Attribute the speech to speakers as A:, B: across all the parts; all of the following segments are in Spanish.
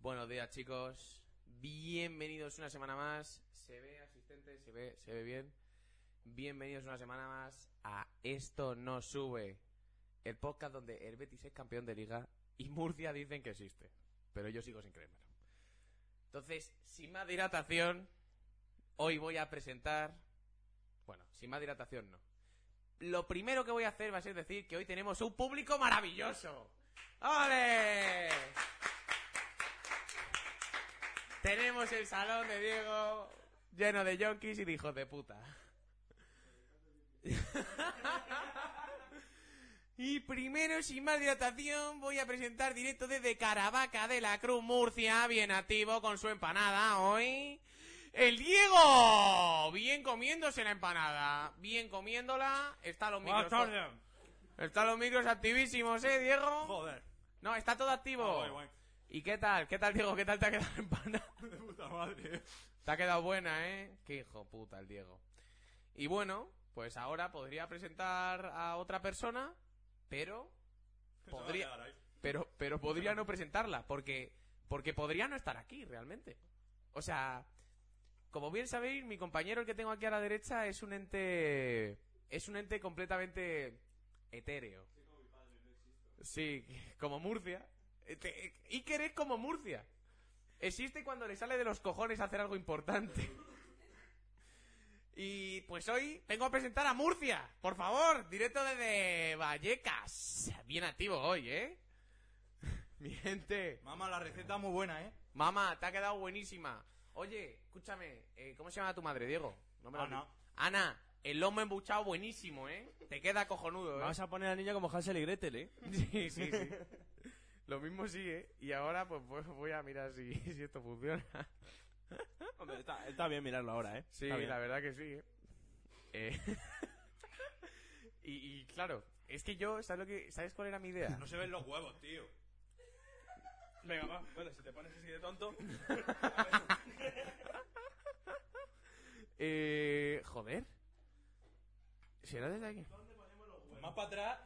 A: Buenos días, chicos. Bienvenidos una semana más. Se ve, asistente, se ve, se ve bien. Bienvenidos una semana más a Esto no sube, el podcast donde el Betis es campeón de liga y Murcia dicen que existe, pero yo sigo sin creérmelo. Entonces, sin más dilatación, hoy voy a presentar, bueno, sin más dilatación no. Lo primero que voy a hacer va a ser decir que hoy tenemos un público maravilloso. ¡Ole! Tenemos el salón de Diego lleno de yonkis y de hijos de puta. y primero, sin más dilatación, voy a presentar directo desde Caravaca de la Cruz Murcia, bien activo con su empanada hoy. ¡El Diego! Bien comiéndose la empanada. Bien comiéndola. Está los micros.
B: Buenas tardes.
A: Están los micros activísimos, ¿eh, Diego?
B: Joder.
A: No, está todo activo.
B: Ah, guay, guay.
A: ¿Y qué tal? ¿Qué tal, Diego? ¿Qué tal te ha quedado la empanada?
B: De puta madre.
A: Te ha quedado buena, ¿eh? Qué hijo puta el Diego. Y bueno, pues ahora podría presentar a otra persona, pero
B: Se va a
A: podría
B: quedar ahí.
A: pero pero podría no presentarla porque porque podría no estar aquí realmente. O sea, como bien sabéis, mi compañero el que tengo aquí a la derecha es un ente es un ente completamente etéreo. Sí, como Murcia. Este, Iker es como Murcia. Existe cuando le sale de los cojones hacer algo importante. Y pues hoy vengo a presentar a Murcia, por favor, directo desde Vallecas. Bien activo hoy, ¿eh? Mi gente.
B: Mamá, la receta muy buena, ¿eh?
A: Mamá, te ha quedado buenísima. Oye, escúchame, eh, ¿cómo se llama tu madre, Diego? No lo has
B: Ana.
A: dicho. Ana, el lomo embuchado buenísimo, ¿eh? Te queda cojonudo, ¿eh?
C: Vamos a poner a la niña como Hansel y Gretel, ¿eh?
A: Sí, sí, sí. Lo mismo sí, ¿eh? Y ahora pues voy- voy a mirar si, si esto funciona.
C: Hombre, está, está bien mirarlo ahora, ¿eh?
A: Sí,
C: Está bien.
A: la verdad que sí. ¿eh? Eh, y, y, claro, es que yo, ¿sabes, lo que, ¿sabes cuál era mi idea?
B: No se ven los huevos, tío.
C: Venga, va. Bueno, si te pones así de tonto...
A: Eh, joder. ¿Será desde aquí?
B: Pues más para atrás.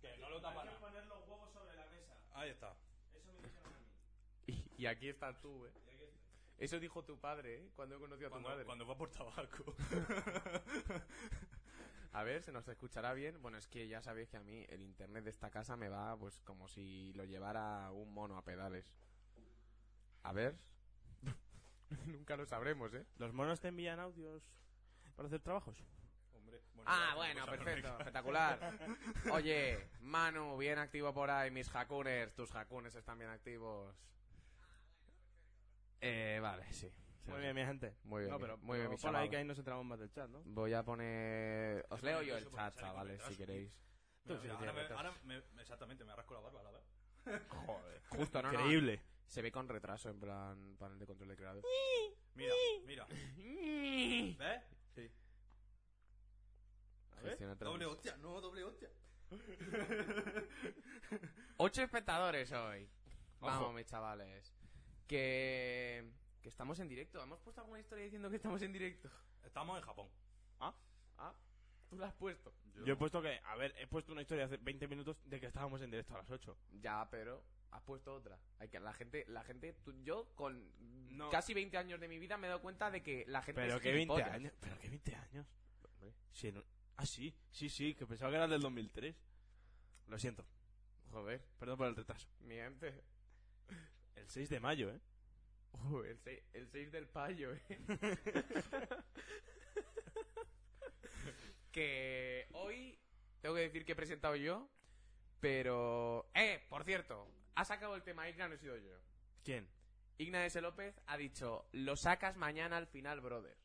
B: Que no lo tapan. Hay que poner los huevos sobre la mesa. Ahí está.
A: Y, y aquí estás tú, ¿eh? Eso dijo tu padre, ¿eh? Cuando conoció a tu
B: Cuando,
A: madre.
B: cuando va por tabaco.
A: A ver, se nos escuchará bien. Bueno, es que ya sabéis que a mí el internet de esta casa me va pues como si lo llevara un mono a pedales. A ver. Nunca lo sabremos, ¿eh?
C: ¿Los monos te envían audios para hacer trabajos?
B: Hombre,
A: Ah,
B: ya,
A: bueno,
B: cosa
A: perfecto,
B: rica.
A: espectacular. Oye, Manu, bien activo por ahí, mis jacunes, tus jacunes están bien activos. Eh, vale, sí. Sí,
C: Muy
A: sí.
C: bien, mi gente.
A: Muy bien,
C: No,
A: mi-
C: pero,
A: muy bien,
C: pero
A: mi
C: ponlo ahí
A: chaval.
C: que ahí nos entramos más del chat, ¿no?
A: Voy a poner... Os leo yo el
B: Eso porque
A: chat,
B: sale con
A: chavales,
B: retraso,
A: si queréis.
B: Mira,
A: sí,
B: ahora,
A: sí,
B: me,
A: sí.
B: ahora me- exactamente, me arrasco la barba, la verdad.
A: Joder. Justo, no, no.
C: Increíble.
A: Se ve con retraso, en plan panel de control de creador.
B: Mira, mira.
D: ¿Eh?
B: ¿Ves? Sí. A ver.
A: Gestiona
B: Doble
A: trans-
B: hostia, no, doble hostia.
A: Ocho espectadores hoy. Vamos,
B: Ojo.
A: mis chavales. Que... Que estamos en directo. Hemos puesto alguna historia diciendo que estamos en directo.
B: Estamos en Japón.
C: Ah,
A: Ah, tú la has puesto.
C: yo he puesto que... A ver, he puesto una historia hace 20 minutos de que estábamos en directo a las 8.
A: Ya, pero has puesto otra. Hay que la gente, la gente, tú- yo con
C: No.
A: casi 20 años de mi vida me he dado cuenta de que la gente
C: Pero
A: es
C: que 20
A: gilipollas.
C: años. Pero que 20 años.
A: Hombre.
C: Sí, no- Ah, sí, sí, sí, que pensaba que era del 2003. Lo siento.
A: Joder,
C: Perdón por el retraso.
A: mi gente.
C: El 6 de mayo, ¿eh?
A: Uh, el 6 el seis del payo, eh. que hoy tengo que decir que he presentado yo, pero... Eh, por cierto, ha sacado el tema Igna, no he sido yo.
C: ¿Quién?
A: Igna S. López ha dicho, lo sacas mañana al final, brother.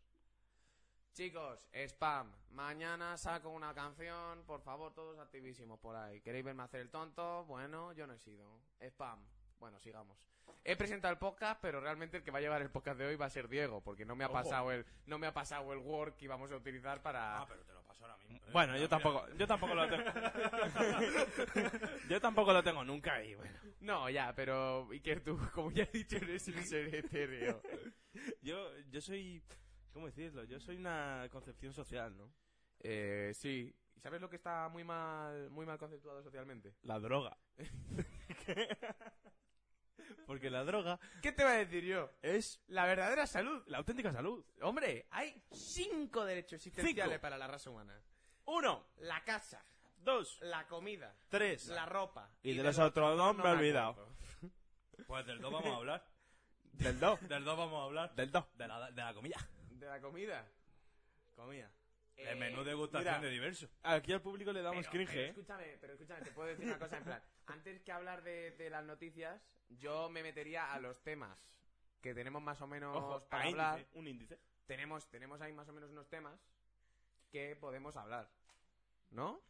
A: Chicos, spam. Mañana saco una canción. Por favor, todos activísimos por ahí. ¿Queréis verme hacer el tonto? Bueno, yo no he sido. Spam. Bueno, sigamos. He presentado el podcast, pero realmente el que va a llevar el podcast de hoy va a ser Diego, porque no me ha
C: Ojo.
A: pasado el no me ha pasado el Word que íbamos a utilizar para
B: Ah, pero te lo paso ahora mismo. ¿eh?
C: Bueno,
B: Ah,
C: yo
B: mira.
C: tampoco, yo tampoco lo tengo. yo tampoco lo tengo nunca y bueno.
A: No, ya, pero Iker tú, como ya he dicho, eres un ser etéreo.
C: Yo, yo soy, ¿cómo decirlo? Yo soy una concepción social, ¿no?
A: Eh, sí. ¿Y sabes lo que está muy mal muy mal conceptuado socialmente?
C: La droga. Porque la droga
A: ¿Qué te va a decir yo?
C: es
A: La verdadera salud.
C: la auténtica salud.
A: Hombre, hay cinco derechos existenciales
C: Cinco.
A: para la raza humana.
C: Uno,
A: La casa,
C: dos,
A: la comida,
C: tres.
A: la ropa.
C: Y de los otros dos me he
A: la
C: olvidado.
A: compro.
D: Pues del 2 vamos a hablar.
C: Del dos.
D: Del 2 vamos a hablar.
C: Del dos.
D: De la, de la comida.
A: De la comida.
D: Comida.
A: Eh,
D: El menú degustación
C: mira.
D: de diverso.
C: Aquí al público le damos
A: pero,
C: cringe,
A: pero
C: ¿eh?
A: escúchame, pero escúchame, te puedo decir una cosa en plan. Antes que hablar de, de las noticias, yo me metería a los temas que tenemos más o menos
C: Ojo,
A: para
C: a
A: hablar.
C: índice, un índice.
A: Tenemos, tenemos ahí más o menos unos temas que podemos hablar. ¿No?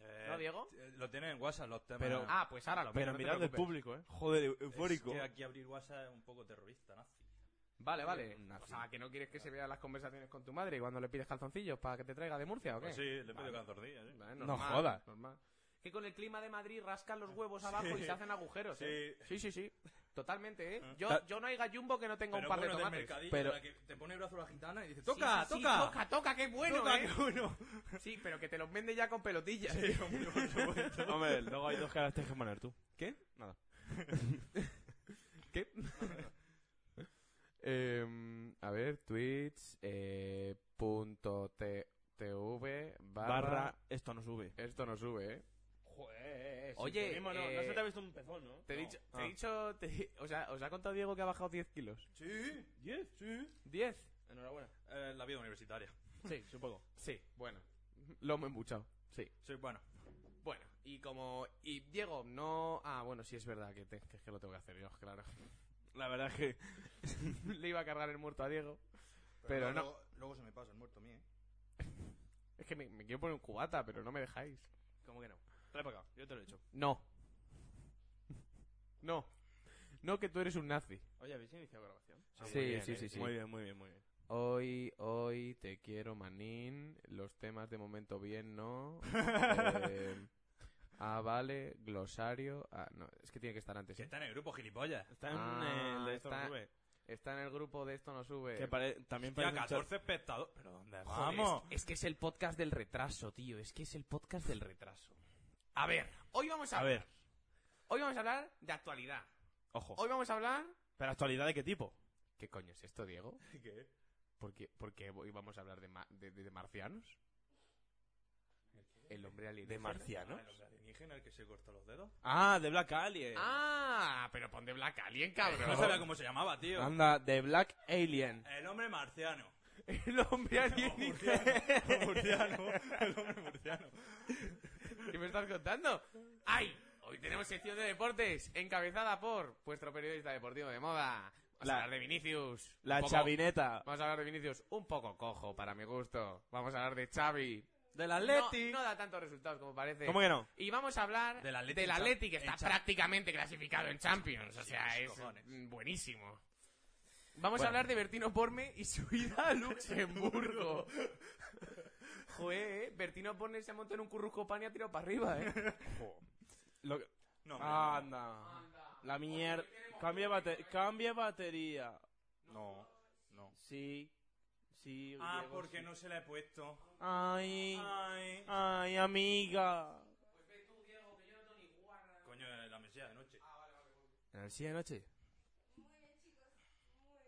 D: Eh,
A: ¿No, Diego?
D: eh, Lo tienen en WhatsApp los temas.
C: Pero-
A: Ah, pues ahora lo
C: Pero
A: no te
C: mirad del
A: preocupes.
C: público, ¿eh? Joder,
D: Es
C: eufórico.
D: que aquí abrir WhatsApp es un poco terrorista, nazi. Eh,
A: Vale, vale.
D: Nazi.
A: O sea, que no quieres que se vean las conversaciones con tu madre cuando le pides calzoncillos para que te traiga de Murcia o qué?
D: Pues sí, le pido
A: Vale.
D: calzordillas, ¿eh?
A: Vale,
C: No
A: normal,
C: jodas.
A: normal. Que con el clima de Madrid rascan los huevos abajo y se hacen agujeros,
D: Sí. Ah.
A: ¿eh? Sí, sí, sí. Totalmente, ¿eh? Yo,
C: Ta-
A: yo no hay gallumbo que no tenga
D: Pero
A: un par
D: bueno,
A: de
D: del
A: tomates.
D: mercadillo,
C: Pero-
D: la que te pone el brazo la gitana y dice,
A: Sí,
D: ¡toca,
A: sí, sí,
D: toca!
A: toca, toca, qué bueno,
D: ¡Toca,
A: ¿eh?
D: qué bueno!
A: Sí, pero que te los vende ya con pelotillas. tío.
C: Hombre, luego hay dos que las tienes que poner tú.
A: ¿Qué?
C: Nada.
A: ¿Qué? Em, a ver, tweets, eh, punto t- tv barra...
C: Barra, esto no sube.
A: Esto no sube, ¿eh?
C: Joder,
A: Oye, sintonismo,
C: no,
A: no. No eh, se
C: se
A: te
C: te
A: ha
C: ha visto un pezón, ¿no?
A: Te he dicho, te
C: Ah.
A: he dicho te he- o sea, os ha contado Diego que ha bajado 10 kilos.
D: Sí, sí.
A: ¿10?
C: Enhorabuena.
D: Eh, la vida universitaria.
A: Sí,
C: Supongo.
A: sí, bueno. Lo hemos embuchado, sí.
D: Sí, bueno.
A: Bueno, y como... Y Diego, no... Ah, bueno, sí es verdad que, te- que es que lo tengo que hacer yo, claro.
C: La verdad es que
A: Le iba a cargar el muerto a Diego. Pero no.
D: Luego, luego se me pasa el muerto a mí, ¿eh?
A: Es que me, me quiero poner un cubata, pero no me dejáis.
C: ¿Cómo que no? Trae para acá, yo te lo he hecho.
A: No. No. No que tú eres un nazi.
C: Oye, ¿habéis iniciado grabación?
A: Ah, Sí, muy bien, sí, eh. sí, sí.
C: Muy bien, muy bien, muy bien.
A: Hoy, hoy, te quiero, manín. Los temas de momento bien, ¿no? Eh, ah, vale, glosario. Ah, no, es que tiene que estar antes.
D: Que
A: ¿eh?
D: está en el grupo, gilipollas.
C: Está en eh,
A: Ah,
C: el de esto no
A: está-
C: sube.
A: Está en el grupo de Esto No Sube.
C: Que pare-
D: Ya,
C: también parece un char-
D: 14 espectadores. ¿Pero dónde
A: Joder,
D: vamos?
A: es que- Es, que es el podcast del retraso, tío. Es que es el podcast del retraso. A ver, hoy vamos a,
C: A ver,
A: Hoy vamos a hablar de actualidad.
C: ojo.
A: Hoy vamos a hablar.
C: ¿Pero actualidad de qué tipo?
A: ¿Qué coño es esto, Diego?
D: ¿Qué?
A: ¿Por qué, por qué hoy vamos a hablar de, ma- de- de- de marcianos? ¿El hombre alienígena?
D: ¿No? ¿El hombre alienígena el que se cortó los dedos?
C: Ah, de Black Alien.
A: ¡Ah! Pero pon de Black Alien, cabrón.
D: No sabía cómo se llamaba, tío.
C: Anda, de Black Alien.
D: El hombre marciano.
A: El hombre alienígena.
D: murciano. El hombre murciano.
A: ¿Qué me estás contando? ¡Ay! Hoy tenemos sección de deportes encabezada por vuestro periodista deportivo de moda. Vamos
C: La-
A: a hablar de Vinicius.
C: La
A: Un poco-
C: chavineta.
A: Vamos a hablar de Vinicius un poco cojo para mi gusto. Vamos a hablar de Xavi.
C: Del
A: No, no da tantos resultados como parece.
C: ¿Cómo que no?
A: Y vamos a hablar del
D: Del Atleti
A: Atleti,
D: en Cham-
A: que
D: en
A: está
D: Cham-
A: prácticamente clasificado en Champions. O sea,
D: Sí,
A: es
D: cojones.
A: mm, buenísimo. Vamos a
C: Bueno.
A: hablar de Bertino Porme y su ida a Luxemburgo. Joder, ¿eh? Bertino Porme se ha montado en un currusco pan y ha tirado para arriba, ¿eh?
C: Lo que-
D: No, hombre,
C: Ah, Anda. La mierda. Cambia, bate- cambia batería.
D: no. No.
C: Sí. Sí.
D: Ah,
C: Diego,
D: porque
C: sí.
D: no se la he puesto.
C: Ay.
D: Ay.
C: Ay, amiga.
D: Coño, eh, la mesilla de noche.
C: ¿Sí anoche?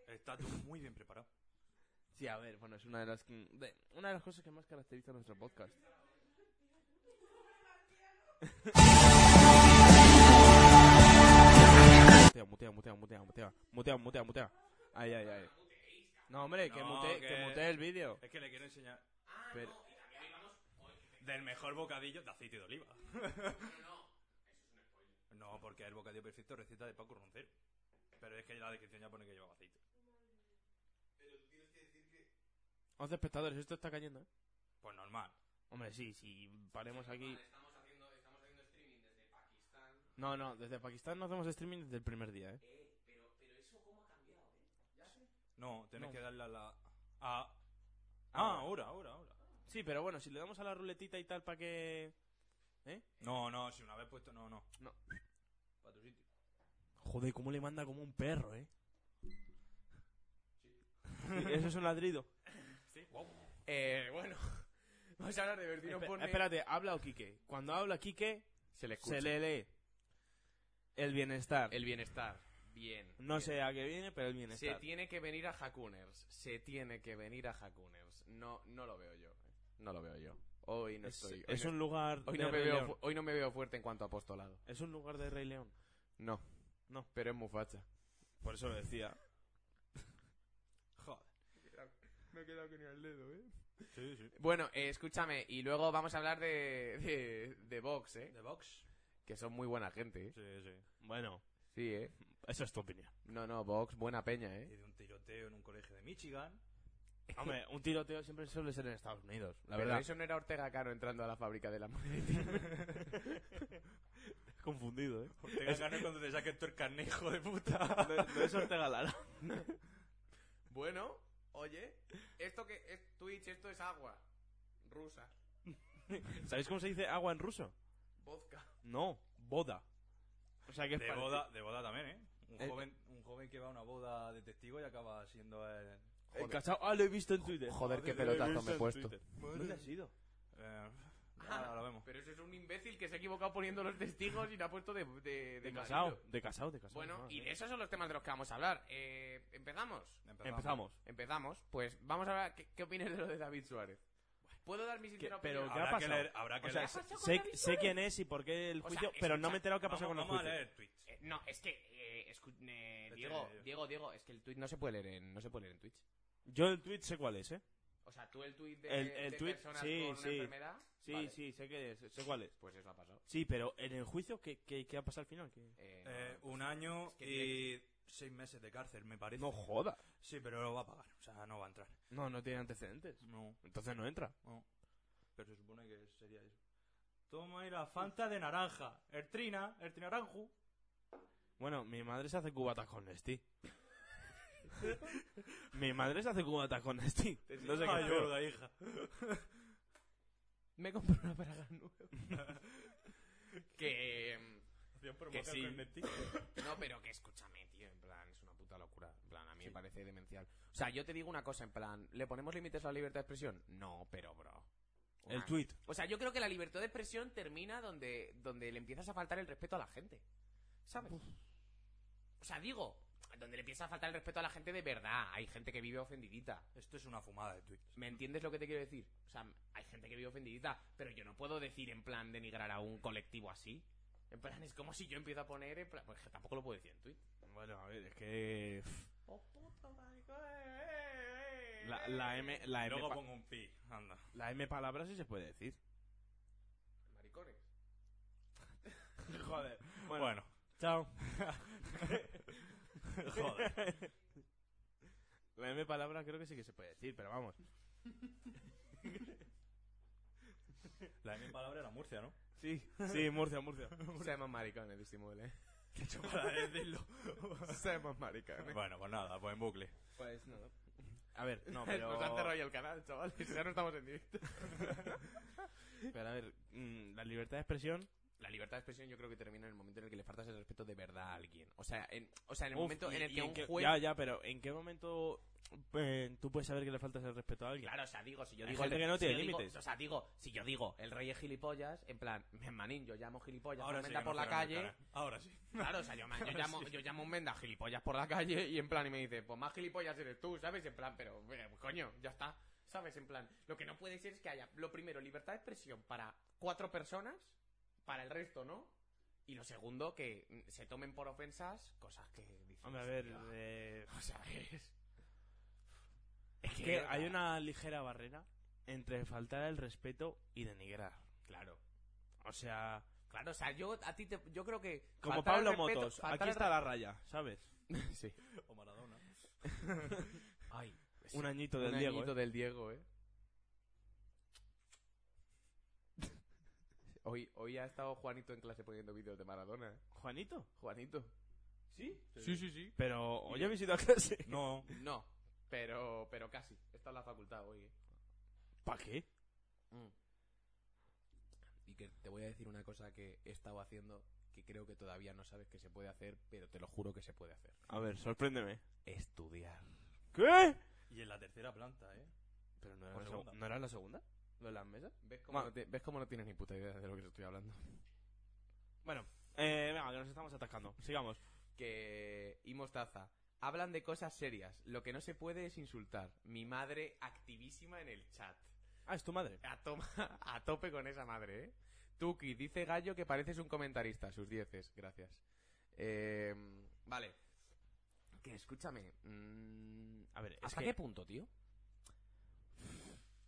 D: Está tú muy bien preparado.
C: Sí, a ver, bueno, es una de las que- de- una de las cosas que más caracteriza a nuestro podcast. mutea, mutea, mutea, mutea, mutea, mutea, mutea, mutea. Ay, ay, ay. No, hombre, que
D: No,
C: mutee,
D: que-
C: que mutee el vídeo.
D: Es que le quiero enseñar
C: Pero-
D: del mejor bocadillo de aceite de oliva. No, porque el bocadillo perfecto receta de Paco Roncero. Pero es que la descripción ya pone que llevaba aceite.
C: 11 espectadores, esto está cayendo, ¿eh?
D: Pues normal.
C: Hombre, sí, sí, paremos aquí. No, no, desde Pakistán no hacemos streaming desde el primer día, ¿eh?
D: No, tienes
C: No.
D: que darle a la. A... Ah, ahora, ahora, ahora.
C: Sí, pero bueno, si le damos a la ruletita y tal para que...
D: No, no, si una vez puesto, no, no.
C: No.
D: Pa' tu sitio.
C: Joder, cómo le manda como un perro, ¿eh? eso es un ladrido.
D: Sí, guau.
A: Eh, bueno, vamos a hablar de Bertino
C: Espe-
A: Porme.
C: Espérate, habla o Quique. Cuando habla Quique,
A: Se le escucha.
C: se le lee el bienestar.
A: El bienestar. Bien.
C: No
A: bien.
C: sé a qué viene, pero él viene.
A: Se
C: está.
A: tiene que venir a Hakuners. Se tiene que venir a Hakuners. No, no lo veo yo. eh. No lo veo yo. Hoy no
C: es,
A: estoy. hoy
C: es
A: no-
C: un lugar
A: hoy
C: de
A: no me
C: Rey
A: veo,
C: León.
A: fu- hoy no me veo fuerte en cuanto a apostolado.
C: Es un lugar de Rey León.
A: No.
C: No.
A: Pero es Mufacha.
C: Por eso lo decía.
D: Joder.
A: Me he quedado con el dedo, ¿eh?
D: Sí, sí.
A: Bueno, eh, escúchame. Y luego vamos a hablar de, de, de Vox, ¿eh?
D: ¿De Vox?
A: Que son muy buena gente, ¿eh?
D: Sí, sí.
C: Bueno,
A: Sí, ¿eh?
C: esa es tu opinión.
A: No, no, Vox, buena peña,
D: Y
A: ¿eh?
D: de un tiroteo en un colegio de Michigan.
C: Hombre, un tiroteo siempre suele ser en Estados Unidos, la
A: Pero
C: verdad.
A: eso no era Ortega Caro entrando a la fábrica de la moneda.
C: Confundido, ¿eh?
D: Ortega
C: Es-
D: Cano cuando te saque todo el carné, hijo de puta.
C: No, no es Ortega Lara.
A: Bueno, oye, esto que es Twitch, esto es agua rusa,
C: ¿Sabéis cómo se dice agua en ruso?
A: vodka.
C: No, boda. O sea que es
D: De
C: parecido.
D: boda, de boda también, ¿eh? Un,
C: Eh,
D: joven, un joven que va a una boda de testigo y acaba siendo el...
C: El cachao, ah, lo he visto en Twitter.
A: Joder, qué
D: Joder, lo he
A: pelotazo
C: visto
A: me he
C: en
A: puesto.
C: Twitter. ¿Dónde has ido?
D: Eh, ahora lo vemos.
A: Pero ese es un imbécil que se ha equivocado poniendo los testigos y le ha puesto de, de,
C: De
A: casado.
C: casado, de casado, de casado.
A: Bueno,
C: Ah,
A: y
C: eh.
A: de esos son los temas de los que vamos a hablar. Eh, ¿Empezamos?
C: Empezamos.
A: Empezamos. Pues vamos a hablar, ¿qué, qué opinas de lo de David Suárez? ¿Puedo dar mi sincera
C: pero
A: opinión?
C: ¿qué ha
D: Habrá que
C: pasado?
D: leer, habrá que
C: O sea,
D: leer.
A: ¿Qué ha pasado con
C: Sé,
A: David
C: sé
A: Suárez?
C: quién es y por qué el
A: sea,
C: juicio, pero no
A: escucha,
C: me he enterado qué ha pasado con el
D: vamos, vamos a
C: juicio.
D: leer tweets.
A: Eh, no, es que, eh, escu- eh,
D: Vete,
A: Diego,
D: Diego.
A: Diego, Diego, es que el tweet no se puede leer en, no se puede leer en Twitch.
C: Yo el tweet sé cuál es, ¿eh?
A: O sea, tú el tweet de,
C: El- el
A: de
C: tuit,
A: personas
C: sí,
A: con
C: sí.
A: una enfermedad.
C: Sí,
A: vale,
C: sí, sé qué es, sé cuál es.
A: Pues eso ha pasado.
C: Sí, pero en el juicio, ¿qué, qué, qué ha pasado al final? ¿Qué?
A: Eh, no,
D: Eh,
A: pues-
D: un año
A: es que
D: y seis meses de cárcel, me parece.
C: joda.
D: Sí, pero lo va a pagar. O sea, no va a entrar.
C: No, no tiene antecedentes.
D: No,
C: Entonces no entra.
D: no. Pero se supone que sería eso. Toma y la Fanta de naranja. Ertrina, Ertrina Aranju.
C: Bueno, mi madre se hace cubatas con Nesti. mi madre se hace cubatas con Nesti. No sé qué
D: Ay,
C: es peor.
D: Ah, gorda, hija.
A: Me compré una braga nueva. que. mm,
D: Hacían promoción
A: Que sí.
D: con Nestí.
A: No, pero que escúchame, tío. En plan, es una puta locura. En plan, a mí me parece demencial. O sea, yo te digo una cosa. En plan, ¿le ponemos límites a la libertad de expresión? No, pero, bro.
C: El
A: Una-
C: tweet.
A: O sea, yo creo que la libertad de expresión termina donde, donde le empiezas a faltar el respeto a la gente. ¿Sabes? O sea, digo, donde le empieza a faltar el respeto a la gente de verdad. Hay gente que vive ofendidita.
D: Esto es una fumada de tweets.
A: ¿Me entiendes lo que te quiero decir? O sea, hay gente que vive ofendidita, pero yo no puedo decir en plan denigrar a un colectivo así. En plan, es como si yo empiezo a poner. En plan, pues que tampoco lo puedo decir en tweet.
C: Bueno, a ver, es que.
A: Oh, puto marico,
C: La, la M. La M,
D: Luego
C: pa-
D: pongo un pi, anda.
C: la M palabra sí se puede decir.
A: Maricones.
C: Joder. Bueno,
D: Bueno,
C: chao.
D: joder.
C: La M palabra creo que sí que se puede decir, pero vamos.
D: La M palabra era Murcia, ¿no?
C: Sí, sí, Murcia, Murcia.
A: Seamos maricones, disimule.
D: Para decirlo.
A: Seamos maricones.
D: bueno, pues nada, pues en bucle.
C: Pues no. A ver, no, pero.
A: Nos han cerrado ya el canal, chavales. Ya no estamos en directo.
C: Pero a ver, mm, la libertad de expresión.
A: La libertad de expresión yo creo que termina en el momento en el que le faltas el respeto de verdad a alguien. O sea, en, o sea, en el
C: Uf,
A: momento
C: y-
A: en el
C: y
A: que un
C: qué-
A: juez...
C: Ya, ya, pero ¿en qué momento eh, tú puedes saber que le faltas el respeto a alguien?
A: Claro, o sea, digo, si yo
C: Hay
A: digo...
C: gente que no
A: si
C: tiene
A: yo digo-
C: límites.
A: o sea, digo, si yo digo, el rey es gilipollas, en plan, manín, yo llamo gilipollas a un menda
D: que
A: por
D: nos
A: la
D: cierran el
A: calle...
D: canal. Ahora sí.
A: Claro, o sea, yo, yo llamo, yo llamo un menda gilipollas por la calle y en plan, y me dice, pues más gilipollas eres tú, ¿sabes? En plan, pero, eh, coño, ya está, ¿sabes? En plan, lo que no puede ser es que haya, lo primero, libertad de expresión para cuatro personas, para el resto, ¿no? Y lo segundo, que mm, se tomen por ofensas cosas que dices,
C: Hombre, a ver,
A: "Tío,
C: eh,
A: O sea, es...
C: es que hay una ligera barrera entre faltar el respeto y denigrar.
A: Claro.
C: O sea,
A: Claro, o sea, yo a ti te, yo creo que
C: como
A: faltar al
C: Pablo
A: respeto-
C: Motos,
A: faltar
C: aquí
A: al
C: está la raya, ¿sabes?
A: re- Sí.
D: O Maradona.
A: Ay, sí.
C: Un añito del
A: Un
C: Diego.
A: añito
C: ¿eh?
A: del Diego, ¿eh? Hoy, hoy ha estado Juanito en clase poniendo vídeos de Maradona, ¿eh?
C: ¿Juanito?
A: Juanito.
C: ¿Sí?
D: Sí,
A: sí.
C: Pero hoy habéis ido a clase.
D: No.
A: No, pero, pero casi. Está en la facultad hoy, ¿eh?
C: ¿Para qué?
A: Mm. Y que te voy a decir una cosa que he estado haciendo que creo que todavía no sabes que se puede hacer, pero te lo juro que se puede hacer.
C: A ver, sorpréndeme.
A: Estudiar.
C: ¿Qué?
D: Y en la tercera planta, ¿eh?
C: ¿Pero no
D: Por
C: era, la
D: segunda.
C: segu- ¿no era la segunda? ¿Lo de las mesas?
A: ¿Ves cómo,
C: Ma-
A: no te- ¿Ves cómo no tienes ni puta idea de lo que te estoy hablando?
C: Bueno, eh, venga, que nos estamos atascando. Sigamos.
A: que y Mostaza hablan de cosas serias. Lo que no se puede es insultar. Mi madre activísima en el chat.
C: Ah, es tu madre.
A: A, toma, a tope con esa madre, ¿eh? Tuki, dice Gallo que pareces un comentarista. Sus dieces, gracias. Eh, vale. Que escúchame. mm,
C: A ver, es
A: ¿Hasta
C: que-
A: qué punto, tío?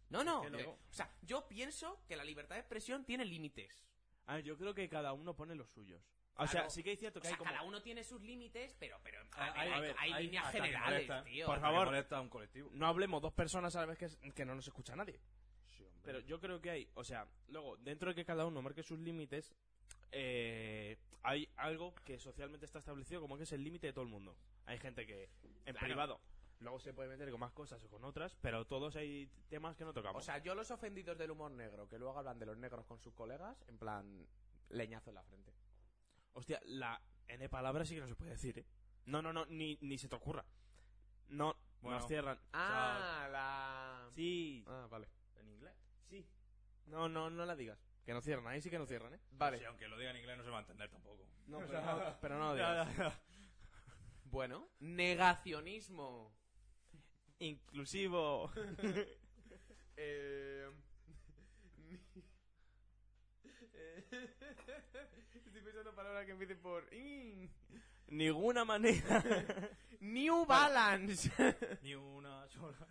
A: No, no.
C: que
A: eh,
C: luego-
A: O sea, yo pienso que la libertad de expresión tiene límites.
C: A ver, yo creo que cada uno pone los suyos. O sea,
A: Claro.
C: sí que es cierto
A: O
C: que
A: sea,
C: hay como...
A: cada uno tiene sus límites, pero, pero en
D: Ah,
A: plan,
D: hay-
A: hay,
D: a ver,
A: hay
D: hay-
A: líneas
D: hasta que
A: generales,
D: molesta, ¿eh?
A: tío.
C: Por
A: O sea,
D: Hasta que
C: favor.
D: molesta a un colectivo.
C: No hablemos dos personas a la vez que, es- que no nos escucha nadie.
D: Sí, hombre.
C: Pero yo creo que hay, o sea, luego, dentro de que cada uno marque sus límites, eh, hay algo que socialmente está establecido como que es el límite de todo el mundo. Hay gente que, en
A: Claro.
C: privado, luego se puede meter con más cosas o con otras, pero todos hay temas que no tocamos.
A: O sea, yo los ofendidos del humor negro, que luego hablan de los negros con sus colegas, en plan, leñazo en la frente.
C: Hostia, la N palabra sí que no se puede decir, ¿eh? No, no, no, ni, ni se te ocurra. No,
D: Bueno.
C: nos cierran.
A: Ah, la...
C: Sí.
A: Ah, vale.
D: en inglés.
C: Sí. No, no, no la digas. Que nos cierran, ahí sí que nos cierran, ¿eh?
A: Vale.
D: Sí, aunque lo diga en inglés no se va a entender tampoco.
C: No,
D: O
C: pero
D: sea,
C: no, pero no lo digas.
A: Bueno, negacionismo.
C: Inclusivo.
A: Eh... eh, Estoy pensando en palabras que empiecen por... in.
C: Ninguna manera.
A: New Balance.
D: Ni una sola.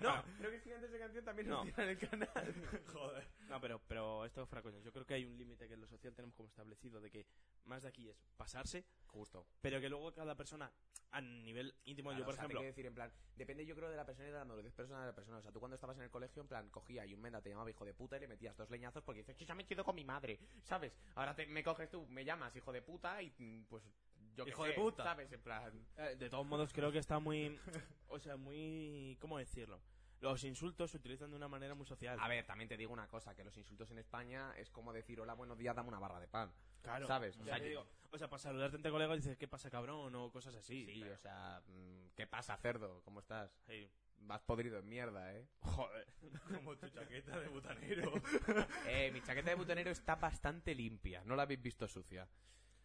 A: no, creo que si antes de canción también nos
C: No.
A: tiran el canal.
D: Joder.
C: No, pero, pero esto fuera coño. Yo creo que hay un límite que en lo social tenemos como establecido de que más de aquí es pasarse,
A: Justo.
C: pero que luego cada persona a nivel íntimo, yo por ejemplo,
A: decir, en plan, depende yo creo de la persona y de la madurez personal de la persona. O sea, tú cuando estabas en el colegio, en plan, cogía y un menda te llamaba hijo de puta y le metías dos leñazos porque dices, yo ya me quedo con mi madre, ¿sabes? Ahora te- me coges tú, me llamas hijo de puta y mm, pues yo qué
D: Hijo de
A: sé,
D: puta.
A: ¿sabes? En plan,
C: eh, de todos modos creo que está muy, o sea, muy, ¿cómo decirlo? Los insultos se utilizan de una manera muy social.
A: a ver, también te digo una cosa, que los insultos en España es como decir, hola, buenos días, dame una barra de pan,
C: claro.
A: ¿sabes?
C: O sea,
A: que-
C: yo digo, o sea, para saludarte entre colegas dices, ¿qué pasa, cabrón? O cosas así.
A: sí, o sea, mm, ¿qué pasa, cerdo? ¿Cómo estás?
C: Sí.
A: Vas podrido en mierda, ¿eh?
C: Joder.
D: Como tu chaqueta de butanero.
A: eh, mi chaqueta de butonero está bastante limpia, no la habéis visto sucia.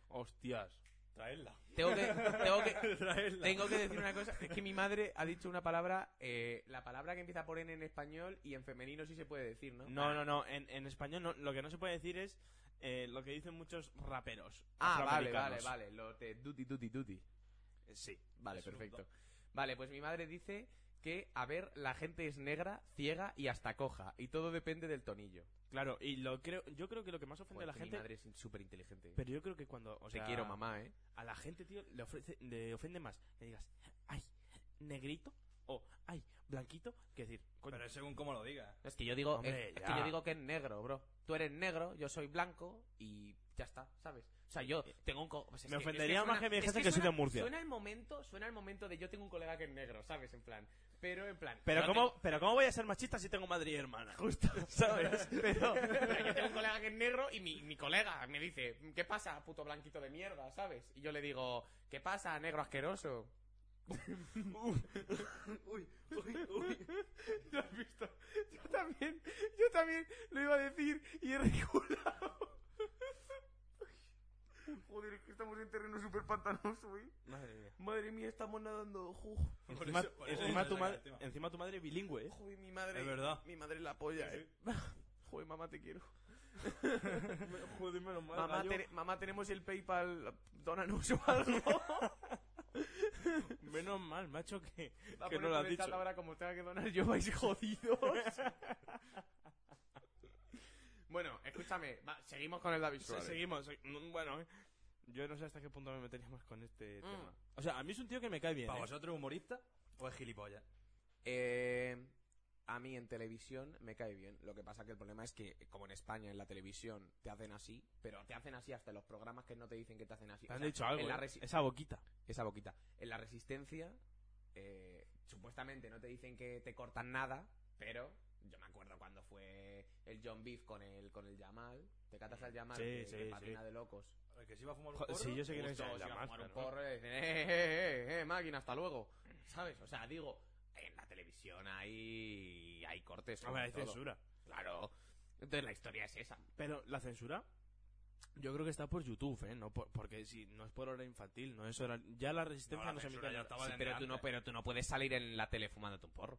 C: Hostias.
D: Traedla.
A: Tengo que- tengo que,
D: Traedla.
A: Tengo que decir una cosa, es que mi madre ha dicho una palabra, eh, la palabra que empieza por N en español y en femenino sí se puede decir, ¿no?
C: No, no, no. En, en español no- lo que no se puede decir es eh, lo que dicen muchos raperos.
A: Ah, vale, vale,
C: afroamericanos.
A: vale, lo de duty, duty, duty.
C: Sí.
A: Vale,
D: Snoop
A: perfecto. Vale, pues mi madre dice que, a ver, la gente es negra, ciega y hasta coja, y todo depende del tonillo.
C: Claro, y lo creo, yo creo que lo que más ofende
A: Joder,
C: a la
A: que
C: gente.
A: Mi madre es súper inteligente.
C: Pero yo creo que cuando. O
A: Te
C: sea,
A: quiero, mamá, ¿eh?
C: A la gente, tío, le, ofrece- le ofende más que digas, ay, negrito o ay, blanquito, que decir, coño.
D: Pero es según cómo lo diga.
A: Es que yo digo,
C: Hombre,
A: eh, es
C: ya.
A: que yo digo que es negro, bro. Tú eres negro, yo soy blanco y ya está, ¿sabes? O sea, yo tengo un co- pues es
C: Eh, Me
A: que- es
C: ofendería más que me dijese que soy de Murcia.
A: Suena el momento, suena el momento de yo tengo un colega que es negro, ¿sabes? En plan, pero en plan.
C: pero,
A: yo
C: ¿cómo,
A: tengo-
C: pero ¿cómo voy a ser machista si tengo madre y hermana? Justo, ¿sabes? Pero-
A: yo tengo un colega que es negro y mi, mi colega me dice, "¿Qué pasa, puto blanquito de mierda?", ¿sabes? Y yo le digo, "¿Qué pasa, negro asqueroso?"
C: uy, uy, uy.
A: ¿Lo has visto? Yo también, yo también lo iba a decir y he reculado. Joder, es que estamos en terreno súper pantanoso, ¿eh?
C: Madre mía.
A: Madre mía, estamos nadando. Ju.
C: Encima,
D: eso- por eso
C: encima
D: se
C: tu
D: saca
C: madre,
D: el tema.
C: encima tu madre es bilingüe, ¿eh?
A: Joder, mi madre.
D: Es verdad.
A: Mi madre es la polla,
D: Sí,
A: ¿eh? Joder, mamá, te quiero.
C: Joder, menos mal,
A: Mamá,
C: gallo.
A: te- mamá, tenemos el PayPal. Dónanos o algo.
C: Menos mal, macho, que,
A: Va a
C: que
A: poner
C: no lo
A: por
C: has
A: el chat
C: dicho.
A: Ahora, como tenga que donar, yo vais jodidos. bueno, escúchame. va, seguimos con el David
C: Se-
A: Suárez.
C: seguimos. se- mm, Bueno, eh, yo no sé hasta qué punto me meteríamos con este
A: Mm.
C: tema. O sea, a mí es un tío que me cae bien.
D: ¿Para
C: ¿eh?
D: vosotros es humorista o es gilipollas?
A: Eh, a mí en televisión me cae bien. Lo que pasa que el problema es que, como en España, en la televisión, te hacen así, pero te hacen así hasta en los programas que no te dicen que te hacen así.
C: Te
A: O
C: han
A: sea,
C: dicho algo.
A: en la
C: ¿eh?
A: resi-
C: Esa boquita.
A: Esa boquita. En la resistencia, eh, supuestamente no te dicen que te cortan nada, pero yo me acuerdo cuando fue el John Beef con el, con el Yamal. Te catas al Yamal,
C: Sí,
A: que,
C: sí,
A: que
C: sí.
A: patina de locos.
D: ¿El que se iba a fumar un
C: Jo-
D: porro?
C: sí, yo sé que no es
A: Justo,
C: la
A: se iba a fumar
C: máscara,
A: un
C: ¿no?
A: porro y dicen, eh, eh, eh, eh, máquina, hasta luego. ¿Sabes? O sea, digo, en la televisión hay, hay cortes. sobre
C: Hombre, hay
A: todo.
C: censura.
A: Claro. Entonces la historia es esa.
C: Pero la censura Yo creo que está por YouTube, ¿eh? No por- porque si no es por hora infantil, no es hora... Ya la resistencia
B: la
C: no, se
B: censura
C: emite...
B: ya
C: en-
B: estaba
A: Sí,
B: desde
A: pero tú, no,
B: antes.
A: pero tú no puedes salir en la tele fumándote un porro.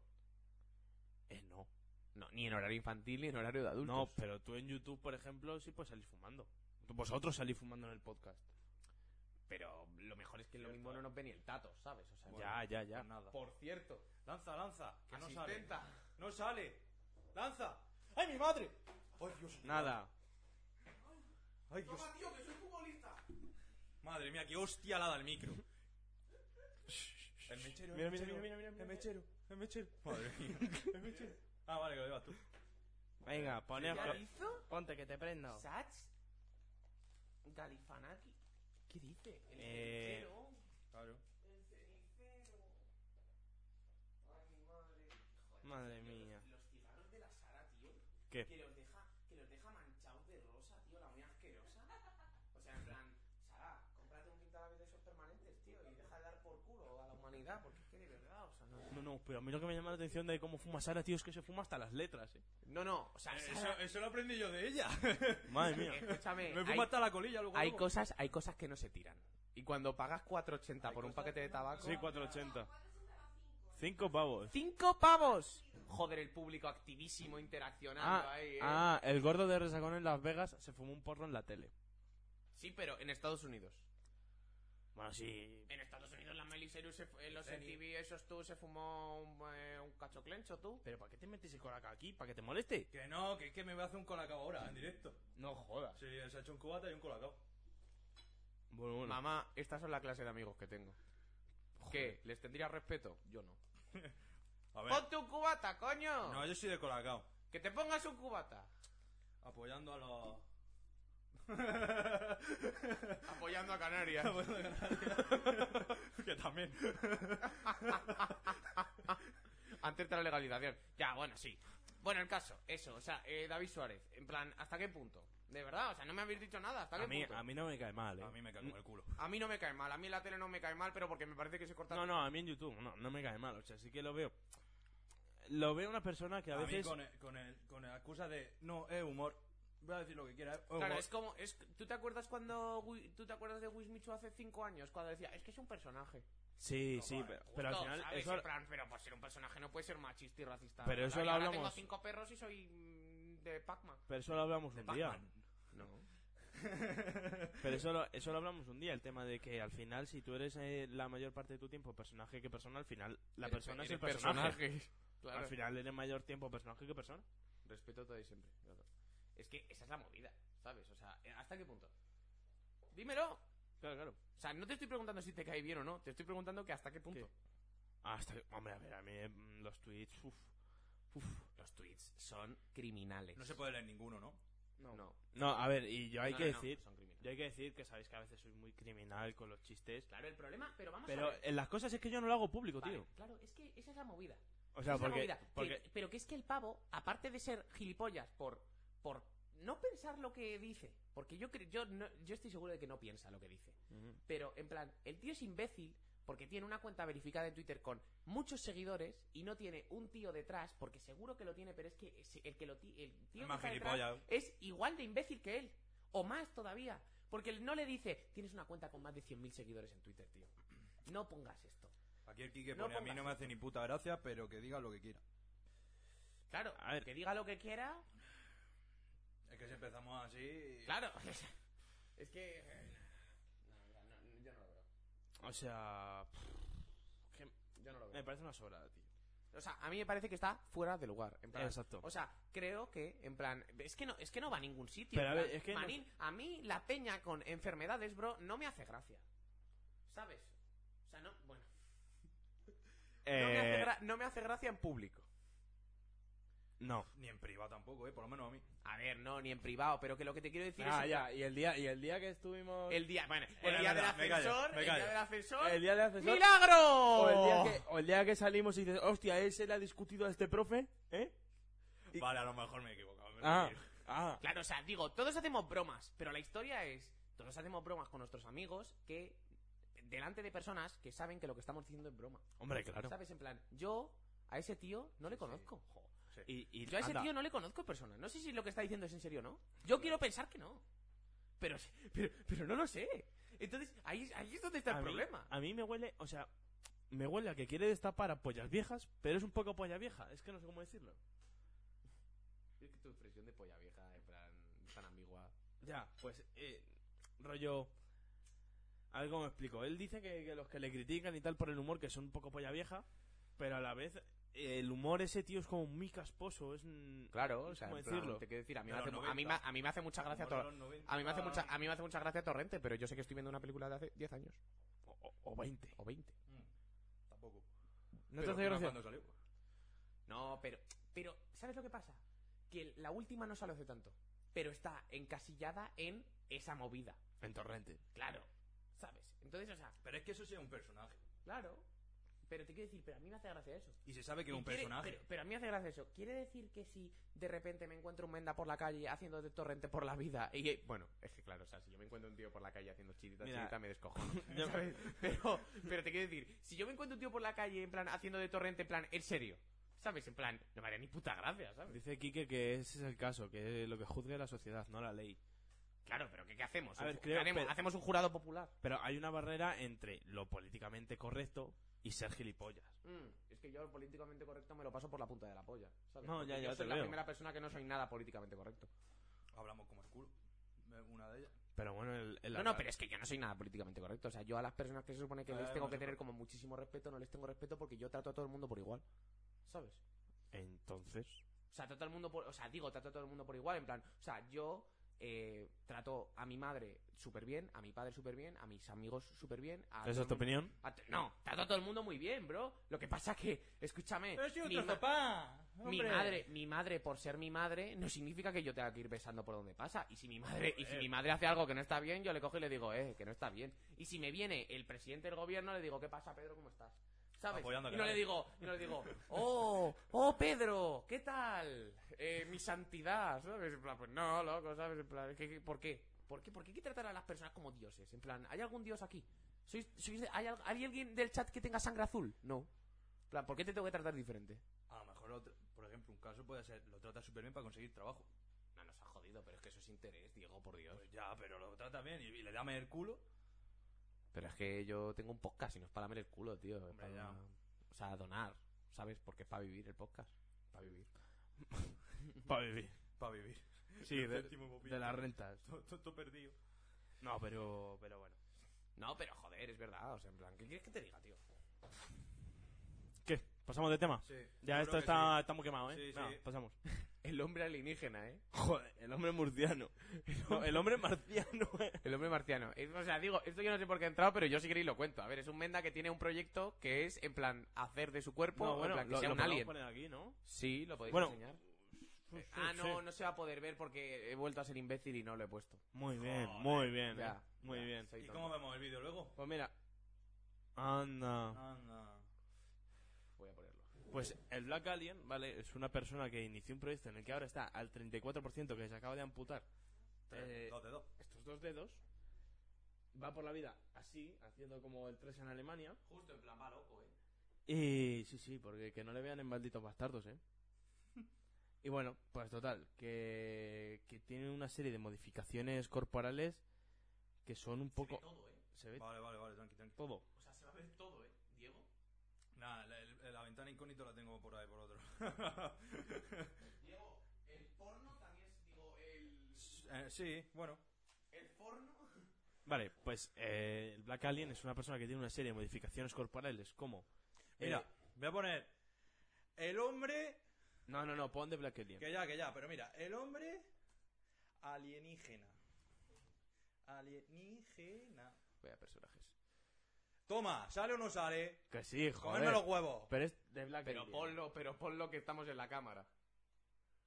C: Eh, no.
A: No, ni en horario infantil ni en horario de adultos.
C: No, pero tú en YouTube, por ejemplo, sí puedes salir fumando. Vosotros salís fumando en el podcast.
A: pero lo mejor es que lo mismo no nos ve ni el tato, ¿sabes? O sea,
C: ya, ya, ya.
D: Pues nada.
A: Por cierto,
D: Lanza, lanza. Que no sale.
A: asistenta.
D: No sale. Lanza. ¡Ay, mi madre! ¡Ay, Dios!
C: Nada.
D: ¡Ay, Dios! Madre mía, qué hostia la da el micro. El mechero, el
C: Mira, mira,
D: mechero,
C: mira, mira, mira, mira.
D: el mechero, el mechero. Madre mía, el mechero. Ah, vale, que lo llevas tú.
C: Venga, pone...
E: Ponte que te prendo.
A: ¿Sats? ¿Galifanaki? ¿Qué dice? El
C: Eh,
A: cenicero.
D: Claro.
A: El cenicero. Ay, mi madre. Joder,
C: Madre
A: tío,
C: mía.
A: Los, los cigarros de la Sara, tío.
C: ¿Qué?
A: Que los deja, que los deja manchados de rosa, tío. La muy asquerosa. O sea, en plan, Sara, cómprate un quintal de esos permanentes, tío. Y deja de dar por culo a la humanidad. Porque es que de verdad, o sea, no.
C: No, no, pero a mí lo que me llama la atención de cómo fuma Sara, tío, es que se fuma hasta las letras, eh.
A: No, no, o sea,
D: Eso, eso lo aprendí yo de ella.
C: Madre mía.
A: escúchame.
D: Me fumo hasta la colilla luego.
A: hay
D: luego.
A: cosas hay cosas que no se tiran y cuando pagas 4.80 por un paquete de tabaco
C: Sí, 480. Cinco pavos.
A: cinco pavos joder el público activísimo interaccionando
C: Ah,
A: ahí, eh.
C: ah, el gordo de Resacón en Las Vegas se fumó un porro en la tele.
A: sí pero en Estados Unidos
C: Bueno, sí.
A: en Estados Unidos la Miley Cyrus se fu- en los
D: Lenny.
A: MTV esos tú se fumó un, eh, un cacho clencho tú
C: Pero ¿para qué te metes el coraca aquí? ¿Para que te moleste?
D: Que no, que es que me voy a hacer un colacao ahora, en directo.
C: No jodas.
D: Sí, se ha hecho un cubata y un colacao.
C: Bueno, bueno.
A: mamá estas son la clase de amigos que tengo ¿Qué? ¿Les tendría respeto? Yo no.
D: A ver.
A: ¡Ponte un cubata, coño!
D: No, yo soy de colacao.
A: ¡Que te pongas un cubata!
D: Apoyando a los...
A: Apoyando a Canarias.
D: que también.
A: antes de la legalización. Ya, bueno, sí. Bueno, el caso, eso, o sea, eh, David Suárez, en plan, ¿hasta qué punto? De verdad, o sea, no me habéis dicho nada, ¿hasta qué
C: A mí,
A: punto?
C: a mí no me cae mal, eh.
D: A mí me cago en el culo.
A: A mí no me cae mal, a mí en la tele no me cae mal, pero porque me parece que se corta...
C: No, no, a mí en YouTube no, no me cae mal. O sea, sí que lo veo. Lo veo una persona que a,
D: A, mí
C: veces...
D: con, el, con, el, con la excusa de no, es humor. Voy a decir lo que quiera. Es humor.
A: Claro, es como, es, ¿tú te acuerdas cuando, Wi- tú te acuerdas de Wismichu hace cinco años? Cuando decía, es que es un personaje.
C: Sí, sí, pero, pero al
A: Justo,
C: final...
A: ¿sabes?
C: eso-
A: En plan, pero por ser un personaje no puede ser machista y racista.
C: Pero
A: ¿verdad?
C: eso
A: Y
C: lo
A: ahora
C: hablamos-
A: tengo cinco perros y soy mm, de Pac-Man.
C: pero eso lo hablamos un día.
A: No.
C: Pero eso lo, eso lo hablamos un día, el tema de que al final, si tú eres eh, la mayor parte de tu tiempo personaje que persona, al final la persona es el personaje.
A: Claro.
C: Al final eres mayor tiempo personaje que persona.
A: Respeto todo y siempre. claro. Es que esa es la movida, ¿sabes? O sea, eh, ¿hasta qué punto? Dímelo.
C: Claro, claro.
A: O sea, no te estoy preguntando si te cae bien o no, te estoy preguntando que hasta qué punto.
C: Hasta que- Ah, hombre, a ver, a mí mm, los tweets, uff.
A: Los tweets son criminales.
D: No se puede leer ninguno, ¿no?
A: No, no,
C: No, a ver, y yo hay
A: no,
C: que
A: no,
C: decir,
A: son criminales.
C: yo hay que decir que sabéis que a veces soy muy criminal con los chistes,
A: Claro, el problema, pero vamos a
C: pero
A: ver.
C: en las cosas es que yo no lo hago público,
A: Vale,
C: tío.
A: Claro, es que esa es la movida. Esa
C: O sea,
A: es la
C: porque,
A: movida. Que-
C: porque
A: pero que es que el pavo, aparte de ser gilipollas por, por no pensar lo que dice, porque yo, cre- yo, no- yo estoy seguro de que no piensa lo que dice.
C: Ujú.
A: Pero, en plan, el tío es imbécil porque tiene una cuenta verificada en Twitter con muchos seguidores y no tiene un tío detrás, porque seguro que lo tiene, pero es que ese- el, que lo ti- el tío
D: Es
A: que
D: más
A: está detrás
D: gilipollas.
A: es igual de imbécil que él, o más todavía, porque él no le dice, tienes una cuenta con más de 100.000 seguidores en Twitter, tío. No pongas esto.
D: Aquí el Kike
A: No
D: pone, a mí
A: pongas
D: no me hace ni puta gracia, pero que diga lo que quiera.
A: Claro,
C: A ver.
A: que diga lo que quiera.
D: Es que si empezamos así...
A: Claro. es que... No, no, no, yo no lo veo.
C: o sea, pff,
A: Yo no lo
C: me
A: veo.
C: parece una sobrada, tío.
A: Eh, O sea, a mí me parece que está fuera de lugar. En plan,
C: Exacto.
A: O sea, creo que, en plan, es que no, es que no va a ningún sitio. en
C: Pero a ver,
A: plan,
C: es que no-
A: Manín, a mí la peña con enfermedades, bro, no me hace gracia. ¿Sabes? O sea, no, bueno. No, me hace
C: Eh,
A: gra- no me hace gracia en público.
C: no.
D: Ni en privado tampoco, ¿eh? Por lo menos a mí.
A: A ver, no, ni en privado, pero que lo que te quiero decir es.
C: Ah,
A: en
C: ya, y el día y el día que estuvimos
A: plan, El día, bueno,
D: Bueno,
A: el día
D: es
A: del
D: verdad, me callo,
A: ascensor,
D: me
A: el
D: callo.
A: día del ascensor.
C: el día de ascensor
A: ¡Milagro!
C: o el día
A: ¡Oh!
C: que o el día que salimos y dices, "Hostia, ese le ha discutido a este profe", ¿eh? Y-
D: Vale, a lo mejor me he equivocado. me
C: Ah,
D: retiro.
C: ah.
A: Claro, o sea, digo, todos hacemos bromas, pero la historia es, todos hacemos bromas con nuestros amigos que delante de personas que saben que lo que estamos diciendo es broma.
C: Hombre, claro.
A: ¿Sabes? En plan, yo a ese tío no le conozco. Jo.
C: Y, y
A: Yo a ese
C: anda,
A: tío no le conozco en persona. No sé si lo que está diciendo es en serio o no. Yo quiero pensar que no. pero, pero, pero no lo sé. Entonces, ahí, ahí es donde está el
C: A mí-
A: problema.
C: A mí me huele, o sea, me huele a que quiere destapar a pollas viejas, pero es un poco polla vieja. Es que no sé cómo decirlo.
A: Es que tu expresión de polla vieja, en plan, tan ambigua.
C: Ya, pues, eh, rollo. A ver cómo me explico. Él dice que, que los que le critican y tal por el humor, que son un poco polla vieja, pero a la vez, eh, el humor ese, tío, es como muy casposo. Es un-
A: Claro,
C: No
A: o
C: sé
A: sea,
C: cómo
A: en plan,
C: decirlo.
A: te quiero decir, a mí,
D: De
A: me hace,
D: los
A: mu- a, mí,
D: 90.
A: me- a mí me hace mucha gracia
D: Humor de
A: Tor-
D: los 90.
A: a mí me hace mucha a mí me hace mucha gracia Torrente, pero yo sé que estoy viendo una película de hace 10 años
C: o- o- o 20.
A: o 20.
D: Mm, Tampoco.
C: ¿No te
D: Pero
C: hace
D: era
C: gracia?
D: cuando salió.
A: No, pero pero ¿sabes lo que pasa? Que la última no sale hace tanto, pero está encasillada en esa movida.
C: En torrente.
A: Claro. ¿Sabes? Entonces, o sea,
D: Pero es que eso sí es un personaje.
A: claro. Pero te quiero decir, pero a mí me hace gracia eso.
D: Y se sabe que es
A: Y
D: un
A: quiere-
D: personaje.
A: Pero, pero a mí me hace gracia eso. ¿Quiere decir que si de repente me encuentro un menda por la calle haciendo de torrente por la vida? Y eh, bueno, es que claro, o sea, si yo me encuentro un tío por la calle haciendo chirita,
C: Mira.
A: chirita, me descojono. ¿sabes? Pero, pero te quiero decir, si yo me encuentro un tío por la calle en plan haciendo de torrente, en plan, en serio, ¿sabes? En plan, no me haría ni puta gracia, ¿sabes?
C: Dice Quique que ese es el caso, que lo que juzgue la sociedad, no la ley.
A: Claro, pero ¿qué, qué hacemos?
C: A ver,
A: ¿Un ju-
C: creo-
A: qué haremos?
C: pero-
A: ¿Hacemos un jurado popular?
C: Pero hay una barrera entre lo políticamente correcto y ser gilipollas.
A: Mm, es que yo lo políticamente correcto me lo paso por la punta de la polla, ¿sabes?
C: No,
A: Porque
C: ya- ya
A: yo
C: te
A: soy la
C: veo.
A: primera persona que no soy nada políticamente correcto.
D: Hablamos como el culo. Eh, Una de ellas.
C: Pero bueno, el, el
A: No, no, pero es que yo no soy nada políticamente correcto. O sea, yo a las personas que se supone que
D: Ah,
A: les tengo
D: no
A: que
D: se
A: tener como muchísimo respeto, no les tengo respeto porque yo trato a todo el mundo por igual. ¿Sabes?
C: Entonces...
A: O sea, trato al mundo por, o sea, digo, trato a todo el mundo por igual, en plan, o sea, yo eh, trato a mi madre súper bien, a mi padre súper bien, a mis amigos súper bien. A todo
C: ¿Esa
A: el
C: es tu
A: mundo-
C: opinión?
A: a t- no, trato a todo el mundo muy bien, bro. Lo que pasa que, escúchame,
D: ¡Pero si
A: mi,
D: otro
A: ma-
D: papá!
A: mi madre, mi madre por ser mi madre no significa que yo tenga que ir besando por donde pasa. Y si mi madre, y si mi madre hace algo que no está bien, yo le cojo y le digo, eh, que no está bien. Y si me viene el presidente del gobierno, le digo, ¿qué pasa, Pedro? ¿Cómo estás? ¿Sabes?
D: Apoyando a
A: y no le
D: Canales.
A: digo, y no le digo, oh, oh, Pedro, ¿qué tal? Eh, mi santidad, ¿sabes? En plan, pues no, loco, ¿sabes? En plan, ¿qué- qué- por qué? ¿Por qué? ¿Por qué hay que tratar a las personas como dioses? En plan, ¿hay algún dios aquí? ¿Sois, sois, de- ¿Hay al- hay alguien del chat que tenga sangre azul? No. En plan, ¿por qué te tengo que tratar diferente?
D: A lo mejor, otro- por ejemplo, un caso puede ser, lo trata súper bien para conseguir trabajo.
A: No nos ha jodido, pero es que eso es interés, Diego, por Dios.
D: Pues ya, pero lo trata bien y, y le dame el culo.
A: Pues, Pero es que yo tengo un podcast y no es para lamer el culo, tío. es
D: Hombre,
A: para-
D: ya.
A: O sea, donar, ¿sabes? Porque es para vivir el podcast. Para vivir.
C: Para vivir.
D: Para vivir.
C: Sí, de,
D: Céntimo bobito.
C: de las rentas.
D: To- Tonto perdido.
C: No, pero, pero bueno.
A: No, pero joder, es verdad. O sea, en plan, ¿qué quieres que te diga, tío?
C: ¿Qué? ¿Pasamos de tema?
D: Sí.
C: Ya
D: yo
C: esto
D: creo que
C: está, está muy quemado, ¿eh?
D: Sí, sí.
C: Venga, pasamos.
A: El hombre alienígena, ¿eh?
C: Joder, el hombre murciano. No, el hombre marciano. eh.
A: El hombre marciano. Es- O sea, digo, esto yo no sé por qué he entrado, pero yo si queréis lo cuento. A ver, es un menda que tiene un proyecto que es, en plan, hacer de su cuerpo,
C: No, bueno,
A: en plan, que
C: lo,
A: sea
C: lo
A: un
C: podemos
A: alien.
C: poner aquí, ¿no?
A: Sí, lo podéis
C: Bueno,
A: enseñar.
C: Sí,
A: Ah,
C: sí,
A: no,
C: sí.
A: no se va a poder ver porque he vuelto a ser imbécil y no lo he puesto.
C: Muy bien,
D: Joder.
C: muy bien.
A: Ya,
C: eh. Muy
A: ya,
C: bien.
A: soy
D: ¿Y
A: tonto.
D: cómo vemos el vídeo luego?
C: Pues mira. Anda.
D: Anda.
A: Voy a ponerlo.
C: Pues el Black Alien, ¿vale? Es una persona que inició un proyecto en el que ahora está al 34% que se acaba de amputar Eh,
D: Tres, dos de dos.
C: estos dos dedos. Va por la vida así, haciendo como el 3 en Alemania.
A: Justo en plan, va loco, ¿eh?
C: Y sí, sí, porque que no le vean en malditos bastardos, ¿eh? Y bueno, pues total, que, que tiene una serie de modificaciones corporales que son un poco...
A: todo, ¿eh?
C: Se ve
D: Vale, vale, vale, tranqui, tranqui.
C: todo.
A: O sea, se va a ver todo, ¿eh? Diego.
D: Nada, la, el- la ventana incógnita la tengo por ahí, por otro.
A: Diego, el porno también es. Digo, el.
D: Eh, sí, bueno.
A: El porno.
C: Vale, pues eh, el Black Alien es una persona que tiene una serie de modificaciones corporales como... eh,
D: Mira, voy a poner el hombre
C: no, no, no, pon de Black Alien.
D: Que ya, que ya, pero mira, el hombre alienígena. Alienígena.
A: Vaya personajes.
D: Toma, ¿sale o no sale?
C: Que sí,
D: Comerme los
C: joder.
D: huevos.
C: Pero es de Black
A: Pero
C: Alien.
A: ponlo, pero ponlo que estamos en la cámara.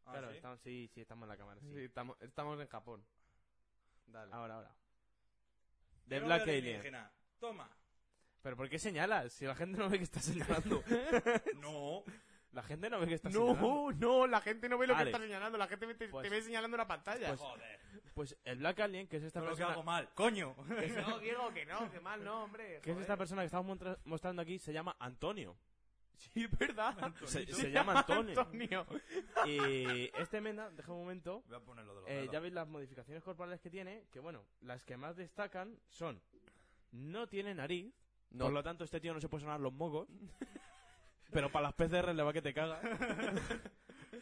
D: Ah,
C: Claro,
D: ¿sí?
C: estamos, sí, sí, estamos en la cámara, sí.
A: Sí, estamos, estamos en Japón. Dale.
C: Ahora, ahora. De
D: El
C: Black
D: hombre
C: Alien.
D: alienígena. Toma.
C: Pero ¿por qué señalas? Si la gente no ve que estás señalando.
D: No.
C: La gente no ve que estás señalando.
A: No, no, la gente no ve lo
C: Vale.
A: que está señalando, la gente ve- te,
C: Pues-
A: te ve señalando la pantalla.
C: Pues-
D: Joder.
C: Pues el Black Alien, que es esta
D: Todo lo que
C: persona
D: hago mal. Coño.
A: Que no, Diego, que no, que mal, no, hombre.
C: que es
A: joder.
C: esta persona que estamos montra- mostrando aquí se llama Antonio. Sí, es verdad. Se, se llama Antonio. Y este Menda, deja un momento.
D: Voy a ponerlo de los
C: Eh,
D: dedos.
C: ya veis las modificaciones corporales que tiene, que bueno, las que más destacan son no tiene nariz,
A: No.
C: por lo tanto este tío no se puede sonar los mocos, pero para las PCR le va que te caga.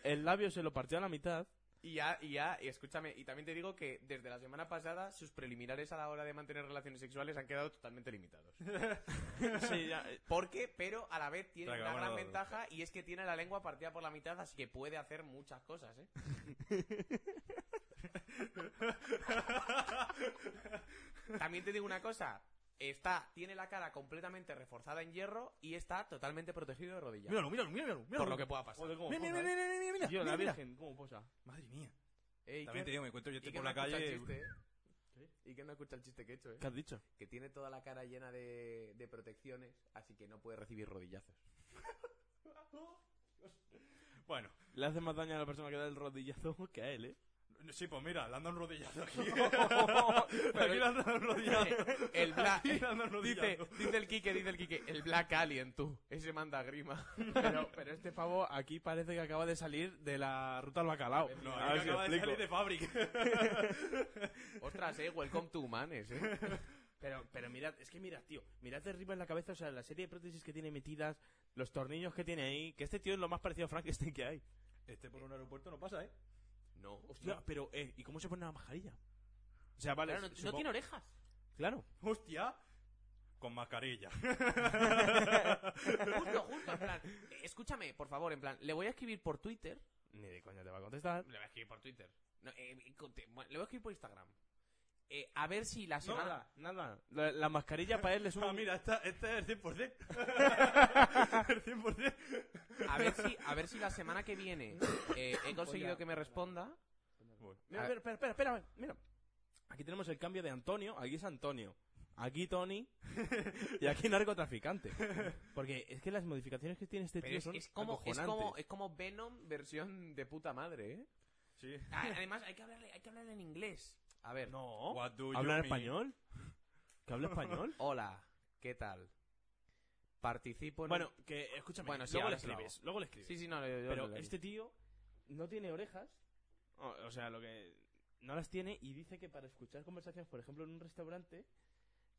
C: El labio se lo partió a la mitad.
A: Y ya, y ya, y escúchame, y también te digo que desde la semana pasada sus preliminares a la hora de mantener relaciones sexuales han quedado totalmente limitados.
C: Sí, ya, eh,
A: ¿Por qué? Pero a la vez tiene
D: Venga,
A: una
D: bueno,
A: gran
D: bueno.
A: ventaja y es que tiene la lengua partida por la mitad, así que puede hacer muchas cosas, ¿eh? También te digo una cosa. Está, tiene la cara completamente reforzada en hierro y está totalmente protegido de rodillas.
D: Míralo, míralo, míralo, míralo.
A: Por lo que pueda pasar.
C: joder, cómo
D: Mira, mira,
C: posa,
D: mira,
C: eh.
D: mira, mira, mira,
C: Tío,
D: mira,
C: la
D: mira.
C: Virgen, cómo posa.
D: Madre mía.
A: Ey,
D: También
A: Iker,
D: te digo, me encuentro yo estoy
A: Iker
D: por
A: no
D: la
A: escucha el
D: calle.
A: chiste, ¿eh?
C: ¿Qué?
A: Iker no escucha el chiste que he hecho, ¿eh?
C: ¿Qué has dicho?
A: que tiene toda la cara llena de, de protecciones, así que no puede recibir rodillazos.
D: Bueno,
C: Le hace más daño a la persona que da el rodillazo que a él, ¿eh?
D: sí, pues mira, le han dado un rodillazo aquí.
A: Pero-
D: aquí le han dado un rodillazo.
A: El Black.
D: Aquí le han dado un
A: Dice,
D: rodillazo.
A: dice el Quique, dice el Quique, el Black Alien, tú. Ese manda grima.
C: Pero, pero este pavo aquí parece que acaba de salir de la ruta al bacalao.
D: No,
C: A
D: aquí
C: ver si
D: acaba de
C: explico.
D: salir de fábrica.
A: Ostras, eh, welcome to humanes, eh.
C: Pero, pero mirad, es que mirad, tío, mirad de arriba en la cabeza, o sea, la serie de prótesis que tiene metidas, los tornillos que tiene ahí, que este tío es lo más parecido a Frankenstein que hay.
D: Este por un aeropuerto no pasa, ¿eh?
A: No,
C: Hostia, pero, eh, ¿y cómo se pone la mascarilla? O sea, vale,
A: Claro, no, no
C: supongo-
A: tiene orejas.
C: Claro.
D: Hostia. Con mascarilla.
A: Justo, justo, en plan. eh, Escúchame, por favor, en plan, le voy a escribir por Twitter.
C: Ni de coña te va a contestar.
A: Le voy a escribir por Twitter. No, eh, eh, conte- bueno, le voy a escribir por Instagram. Eh, a ver si la semana.
C: nada, nada. La, la mascarilla para él es un...
D: Ah, mira, esta, esta es el 100%. el 100%.
A: A ver si, a ver si la semana que viene eh, he conseguido que me responda.
C: Mira,
A: A-
C: espera, espera, espera, espera, mira. Aquí tenemos el cambio de Antonio, aquí es Antonio, aquí Tony y aquí narcotraficante. Porque es que las modificaciones que tiene este tío
A: Pero es,
C: son
A: es como, es,
C: acojonantes.
A: como, es como Venom versión de puta madre, ¿eh?
D: Sí.
A: Ah, Además, hay que hablarle, hay que hablarle en inglés. A ver.
C: No.
D: What do you
C: ¿Habla en
D: mean?
C: español? ¿Que habla español?
A: Hola, ¿qué tal? Participo en...
C: bueno, que escúchame.
A: Bueno, sí,
C: luego le
A: ahora se lo
C: escribes. Luego le
A: un-
C: escribes.
A: Sí, sí, no, yo- yo
C: Pero
A: lo leo.
C: este tío no tiene orejas. O, Oh, o sea, lo que. No las tiene y dice que para escuchar conversaciones, por ejemplo, en un restaurante.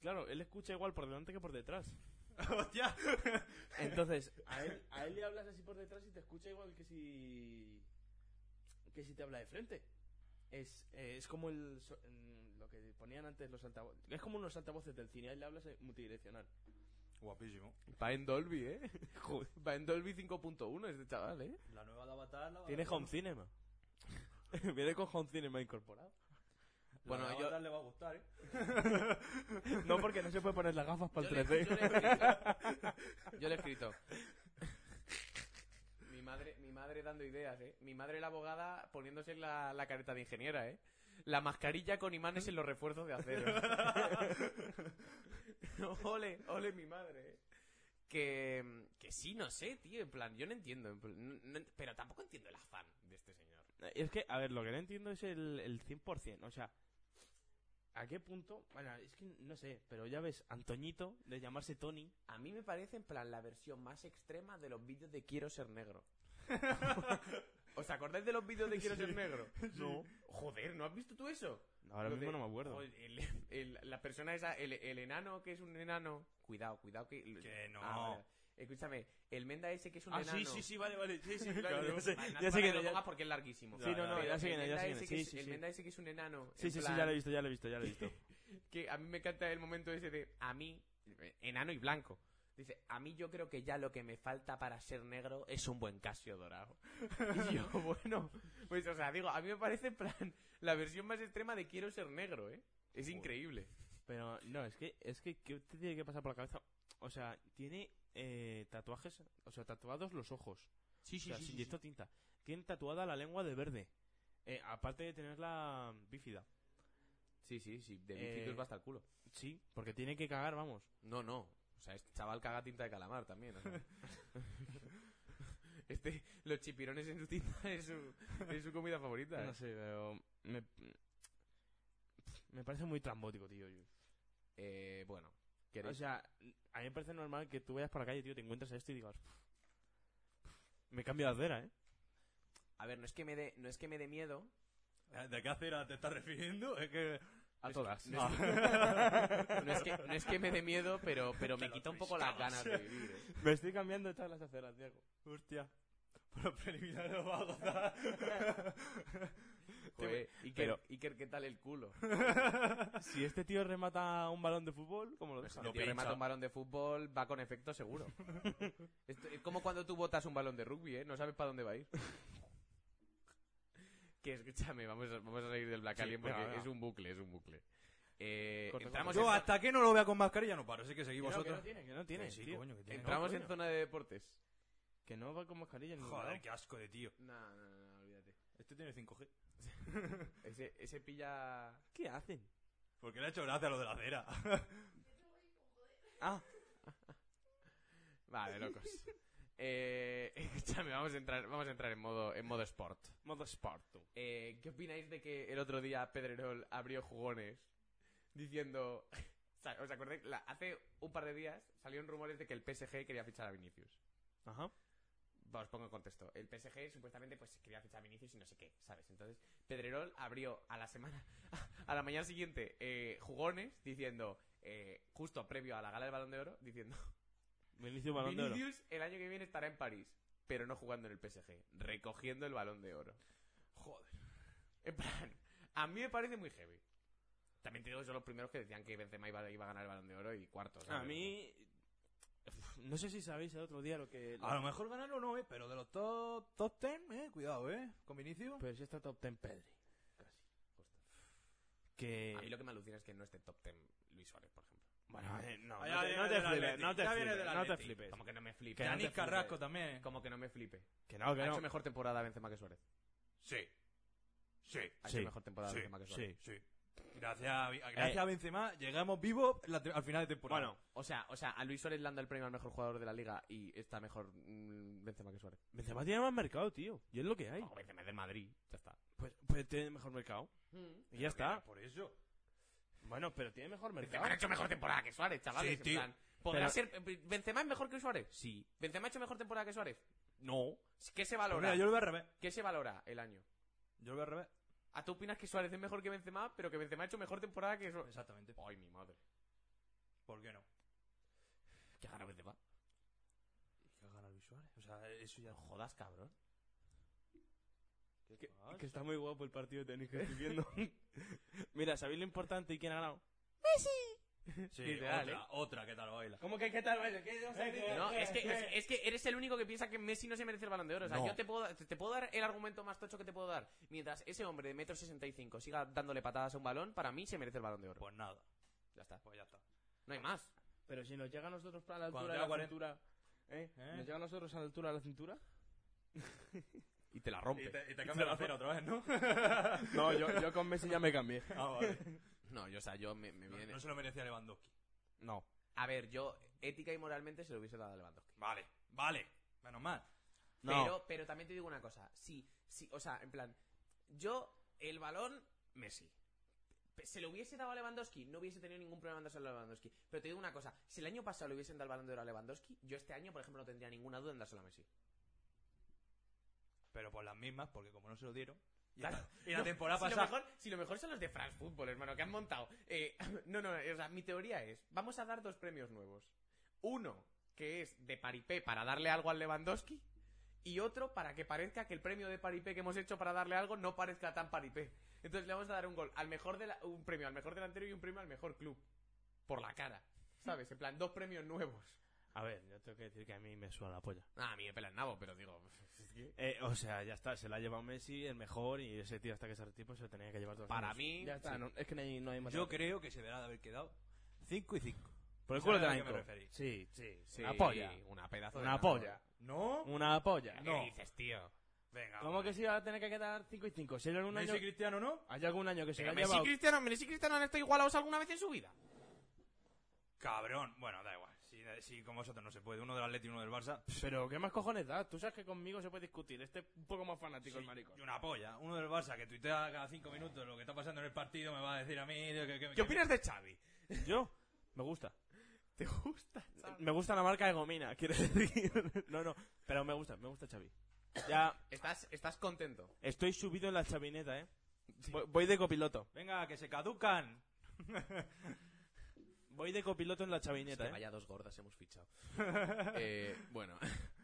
C: Claro, él escucha igual por delante que por detrás.
D: Hostia.
C: Entonces, a él, a él le hablas así por detrás y te escucha igual que si. que si te habla de frente. Es, eh, es como el, so- mm, lo que ponían antes los altavoces. Es como unos altavoces del cine, a él le hablas eh, multidireccional.
D: Guapísimo.
A: Va en Dolby, ¿eh? Va en Dolby 5.1 este chaval, ¿eh?
D: La nueva de Avatar. La
C: Tiene home cinema. Viene con home cinema incorporado.
A: Bueno,
D: bueno,
A: yo-
D: yo... le va a gustar, ¿eh?
C: No, porque no se puede poner las gafas para
A: Yo
C: el
A: le, yo
C: 3D.
A: le he escrito. Yo le he escrito. Mi madre, mi madre dando ideas, ¿eh? Mi madre la abogada poniéndose la, la careta de ingeniera, ¿eh? La mascarilla con imanes en los refuerzos de acero. ole, ole mi madre, ¿eh? Que, que sí, no sé, tío. En plan, yo no entiendo. en plan, no- no- pero tampoco entiendo el afán de este señor.
C: Es que, a ver, lo que no entiendo es el, el 100%. O sea, ¿a qué punto? Bueno, es que no sé, pero ya ves, Antoñito, de llamarse Tony.
A: A mí me parece, en plan, la versión más extrema de los vídeos de Quiero ser negro. ¿Os acordáis de los vídeos de Quiero ser negro?
C: No.
A: Joder, ¿no has visto tú eso?
C: Ahora
A: Lo
C: mismo
A: de-
C: no me acuerdo.
A: Joder, el- el- la persona esa, el, el enano que es un enano. Cuidado, cuidado que.
D: Que no.
A: Ah, vale. Escúchame, el Menda ese que es un
C: Ah,
A: enano.
C: sí, sí, sí, vale, vale. Sí, sí,
A: Claro,
C: claro, ya sé,
A: vale, no
C: ya
A: hace falta
C: sé que
A: lo
C: ya-
A: pongas porque es larguísimo.
D: Sí,
C: Sí, no, no,
A: Pero
C: ya sé
A: el
C: quién es, ya
A: Menda ese
C: sé quién es,
A: que
C: sí,
A: es-
C: sí,
A: el
C: sí.
A: Menda ese que es un enano.
C: Sí,
A: en
C: sí, sí,
A: plan,
C: ya lo he visto, ya lo he visto, ya lo he visto.
A: Que a mí me encanta el momento ese de. A mí, enano y blanco. Dice, a mí yo creo que ya lo que me falta para ser negro es un buen casio dorado. Y yo, bueno, pues o sea, digo, a mí me parece en plan la versión más extrema de quiero ser negro, ¿eh? Es increíble.
C: Pero no, es que, es que, ¿qué te tiene que pasar por la cabeza? O sea, tiene eh, tatuajes, o sea, tatuados los ojos.
A: Sí,
C: o sea, se inyectó tinta. Tiene tatuada la lengua de verde. Eh, aparte de tenerla bífida.
A: Sí, sí, sí, de
C: Eh,
A: bíceps va hasta el culo.
C: Sí, porque tiene que cagar, vamos.
A: No, no. O sea, este chaval caga tinta de calamar también. o sea. este, los chipirones en su tinta es su, es su comida favorita.
C: No
A: ¿eh?
C: sé, pero me, me parece muy trambótico, tío. yo.
A: Eh, bueno,
C: O
A: ¿queréis? Ah,
C: sea, a mí me parece normal que tú vayas por la calle, tío, te encuentres esto y digas, Me cambio de acera, ¿eh?
A: A ver, no es que me dé, no es que me dé miedo.
D: ¿De qué acera te estás refiriendo? Es que...
C: A todas.
A: No es, que, no es que- no es que me dé miedo, pero, pero me quita un poco las ganas de vivir. ¿eh?
C: Me estoy cambiando todas las aceras, Diego.
D: Hostia. Por los preliminares lo va a gozar.
A: Joder, Iker,
C: pero-
A: Iker, ¿qué tal el culo?
C: Si este tío remata un balón de fútbol, ¿cómo lo
A: Pues
C: deja?
A: si el tío remata un balón de fútbol, va con efecto seguro. Esto es como cuando tú botas un balón de rugby, ¿eh? No sabes para dónde va a ir. Que escúchame, vamos a, vamos a salir del Black
C: Sí,
A: Alien
C: venga,
A: porque
C: venga.
A: es un bucle, es un bucle. Eh,
C: Corta,
A: entramos
C: corta.
D: Yo
A: en-
D: hasta que no lo vea con mascarilla no paro, así que seguís
C: Que no, que no
D: vosotros.
C: tiene, que no tiene.
D: Que sí,
C: tío.
D: coño, que tiene.
A: entramos en
C: coño.
A: zona de deportes.
C: Que no va con mascarilla en ningún
D: Joder,
C: lado.
D: qué asco de tío.
A: No, no, no, no, olvídate.
D: Este tiene 5G.
A: Ese, ese pilla...
C: ¿Qué hacen?
D: Porque le ha hecho gracia lo de la acera.
C: Ah,
A: Vale, locos. Eh, escúchame, vamos a entrar, vamos a entrar en modo, en modo sport.
C: modo sport. tú.
A: Eh, ¿Qué opináis de que el otro día Pedrerol abrió jugones diciendo... o sea, ¿Os acordáis? La- hace un par de días salieron rumores de que el PSG quería fichar a Vinicius.
C: Ajá.
A: Va, Os pongo en contexto. El PSG supuestamente pues quería fichar a Vinicius y no sé qué, ¿sabes? Entonces Pedrerol abrió a la semana, a la mañana siguiente, eh, jugones diciendo, eh, justo previo a la gala del Balón de Oro, diciendo...
C: Vinicius Balón de Oro.
A: Vinicius el año que viene estará en París, pero no jugando en el PSG, recogiendo el balón de oro. Joder. En plan, a mí me parece muy heavy. También te digo que son los primeros que decían que Benzema iba, iba a ganar el balón de oro y cuartos.
C: A mí... Uf, No sé si sabéis el otro día lo que...
D: A lo mejor ganarlo no, eh, pero de los top, top 10, eh, cuidado, eh. Con Vinicius.
C: Pero si está top ten Pedri. Que...
A: A mí lo que me alucina es que no esté top 10 Luis Suárez, por ejemplo.
C: Bueno, eh, no,
D: Ya
C: no te,
D: viene
C: no te
D: del
C: flipes,
D: Atleti,
C: no te
D: ya viene
C: flipes,
D: del
C: no te
D: Atleti.
C: flipes.
A: Como que no me flipe.
C: Que no
D: Yannick
C: te flipes.
D: Carrasco también. eh.
A: Como que no me flipe.
C: Que no, que
A: Ha
C: no.
A: hecho mejor temporada Benzema que Suárez.
D: Sí. Sí.
A: Ha
C: Sí,
A: hecho mejor temporada
D: sí, Eh.
A: Benzema que Suárez.
C: Sí.
D: Sí. Gracias, a- gracias a Benzema llegamos vivos la te- al final de temporada.
C: Bueno,
A: O sea, o sea, a Luis Suárez le han dado el premio al mejor jugador de la liga y está mejor mm, Benzema que Suárez.
C: Benzema tiene más mercado, tío. Y es lo que hay.
D: Ah.
A: No, Benzema es del Madrid, ya está.
C: Pues, pues tiene mejor mercado. Y ya está.
D: por eso.
C: Bueno, pero tiene mejor mercado.
A: Benzema ha hecho mejor temporada que Suárez, chavales.
D: Sí,
A: en
D: tío.
A: plan, ¿podrá
C: Pero-
A: ser, ¿Benzema es mejor que Suárez? Sí. ¿Benzema ha hecho mejor temporada que Suárez?
C: No.
A: ¿Qué se
D: Pues
A: valora?
D: mira, yo lo veo al revés.
A: ¿Qué se valora el año?
D: Yo lo veo al revés.
A: ¿A tú opinas que Suárez es mejor que Benzema, pero que Benzema ha hecho mejor temporada que Suárez?
D: Exactamente.
A: Ay, mi madre.
D: ¿Por qué no?
A: ¿Qué gana Benzema?
D: ¿Y qué gana Luis Suárez? O sea, eso ya.
A: No jodas, cabrón.
C: Que, que está muy guapo el partido de tenis que estoy viendo. Mira, ¿sabéis lo importante y quién ha ganado?
D: Sí,
A: Literal,
D: otra,
A: ¿eh?
D: otra que tal baila.
C: ¿Cómo que qué tal, vaya? ¿Qué
A: No, es que, es, es que eres el único que piensa que Messi no se merece el balón de oro. O sea,
D: No.
A: yo te puedo, te, te puedo dar el argumento más tocho que te puedo dar. Mientras ese hombre de metro sesenta y cinco siga dándole patadas a un balón, para mí se merece el balón de oro.
D: Pues nada,
A: Ya está.
D: pues ya está.
A: No hay más.
C: Pero si nos llega a nosotros a la
D: Cuando
C: altura de la
D: tenga
C: cintura... ¿eh?
D: ¿Eh?
C: ¿Nos llega a nosotros a la altura de la cintura?
A: Y te la rompe.
D: te, cambia la cera otra vez, ¿no?
C: No, yo, yo con Messi ya me cambié.
D: ah, vale.
A: No, yo, o sea, yo me, me
D: No,
A: viene.
D: no se lo merecía Lewandowski.
C: No.
A: A ver, yo ética y moralmente se lo hubiese dado a Lewandowski.
D: Vale, vale. Menos mal.
C: No.
A: Pero, pero también te digo una cosa. Sí, sí, o sea, en plan, yo el balón, Messi. Pe- Se lo hubiese dado a Lewandowski, no hubiese tenido ningún problema en dárselo a Lewandowski. Pero te digo una cosa, si el año pasado le hubiesen dado el balón de oro a Lewandowski, yo este año, por ejemplo, no tendría ninguna duda en dárselo a Messi.
D: Pero por las mismas, porque como no se lo dieron. Y,
A: Claro.
D: y la
A: No,
D: temporada
A: si lo
D: pasada.
A: mejor- si lo mejor son los de France Football, hermano, que han montado. Eh, no, no, o sea, mi teoría es, vamos a dar dos premios nuevos. Uno, que es de paripé para darle algo al Lewandowski, y otro para que parezca que el premio de paripé que hemos hecho para darle algo no parezca tan paripé. Entonces le vamos a dar un gol al mejor de la- un premio al mejor delantero y un premio al mejor club. Por la cara. ¿Sabes? En plan, dos premios nuevos.
C: A ver, yo tengo que decir que a mí me suena la polla.
A: Ah, a mí me pela el nabo, pero digo...
C: Eh, o sea, ya está, se la ha llevado Messi, el mejor, y ese tío hasta que se retire pues, se lo tenía que llevar todos
A: Para mí...
E: Ya está,
A: sí.
E: no- es que no hay, no hay más.
D: Yo creo que se deberá de haber quedado 5 y 5.
C: Por
D: ¿Sabes
C: el culo
D: a
C: te la
D: qué me
C: hinco.
D: referí?
C: Sí, sí,
A: Sí,
C: Una polla.
A: Una pedazo de
C: Una
A: nabo.
C: polla.
D: ¿No?
C: Una polla.
A: ¿Qué dices, tío?
D: Venga.
C: ¿Cómo que sí va a tener que quedar 5 y 5? Si era un año...
D: ¿Messi Cristiano no?
C: ¿Hay algún año que se
A: Pero
C: lo ha
A: Messi y
C: llevado?
A: Cristiano, Messi y Cristiano han estado igualados alguna vez en su vida.
D: Cabrón. Bueno, da igual. Si, si como vosotros no se puede, uno del Atleti y uno del Barça.
C: Pero ¿qué más cojones da? Tú sabes que conmigo se puede discutir. Este es un poco más fanático el
D: Sí,
C: maricón.
D: Y una polla. Uno del Barça que tuitea cada cinco minutos lo que está pasando en el partido me va a decir a mí. Que, que-
A: ¿Qué
D: que-
A: opinas de Xavi?
C: ¿Yo? Me gusta. ¿Te gusta? Me gusta la marca de Gomina, quiero decir. No, no, pero me gusta, me gusta Xavi. Ya
A: ¿Estás, estás contento?
C: estoy subido en la chavineta, ¿eh? Voy, voy de copiloto.
D: Venga, que se caducan.
C: Voy de copiloto en la chavineta,
A: Es que
C: ¿eh?
A: vaya dos gordas hemos fichado. Eh, bueno.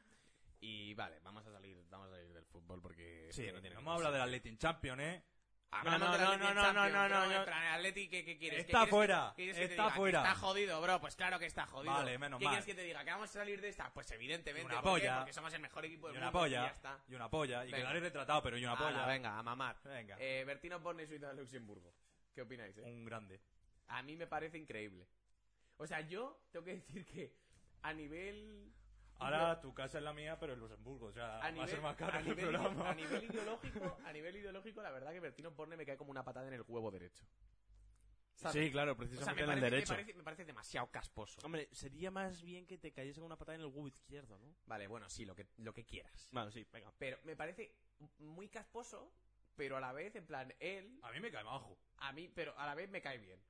A: Y vale, vamos a salir, vamos a salir del fútbol porque Ah, es
C: Sí,
A: que no tiene
D: Vamos a hablar del Athletic Champion, ¿eh.
A: Hablamos
C: No, no,
A: de la
C: no,
A: Liga
C: no,
A: Champions,
C: no, no,
A: pero
C: no, no.
A: contra el Atleti, ¿qué, qué quieres? ¿Qué
D: Está
A: quieres que-
D: fuera,
A: qué quieres que te
D: está
A: diga? ¿Que
D: fuera.
A: Está jodido, bro. Pues claro que está jodido.
D: Vale, menos
A: ¿Qué
D: mal.
A: quieres que te diga? Que vamos a salir de esta. Pues evidentemente.
D: Una
A: ¿por qué?
D: polla.
A: Porque somos el mejor equipo del
D: Y una
A: mundo. Y ya
D: polla.
A: está.
D: Y una polla. Y
A: Venga.
D: quedaré retratado, pero y una
A: Ala,
D: polla.
A: venga, a mamar.
D: Venga.
A: Eh, Bertino Borne, suiza de Luxemburgo. ¿Qué opináis? Eh?
D: Un grande.
A: A mí me parece increíble. O sea, yo tengo que decir que a nivel
D: Ahora tu casa es la mía, pero en Luxemburgo. O
A: a
D: sea, Ah, va a
A: nivel,
D: ser más caro
A: a
D: el
A: nivel-
D: programa.
A: a nivel ideológico, a nivel ideológico, la verdad que Bertino Borne me cae como una patada en el huevo derecho. ¿Sabes?
C: Sí, claro,
A: O sea,
C: precisamente
A: me
C: en el
A: parece, me
C: derecho.
A: parece- me parece demasiado casposo.
C: Hombre, sería más bien que te cayese con una patada en el huevo izquierdo, ¿no?
A: Vale, bueno, sí, lo que, lo que quieras.
C: Bueno, sí, venga.
A: Pero me parece muy casposo, pero a la vez, en plan, él,
D: A mí me cae bajo.
A: a mí, pero a la vez me cae bien.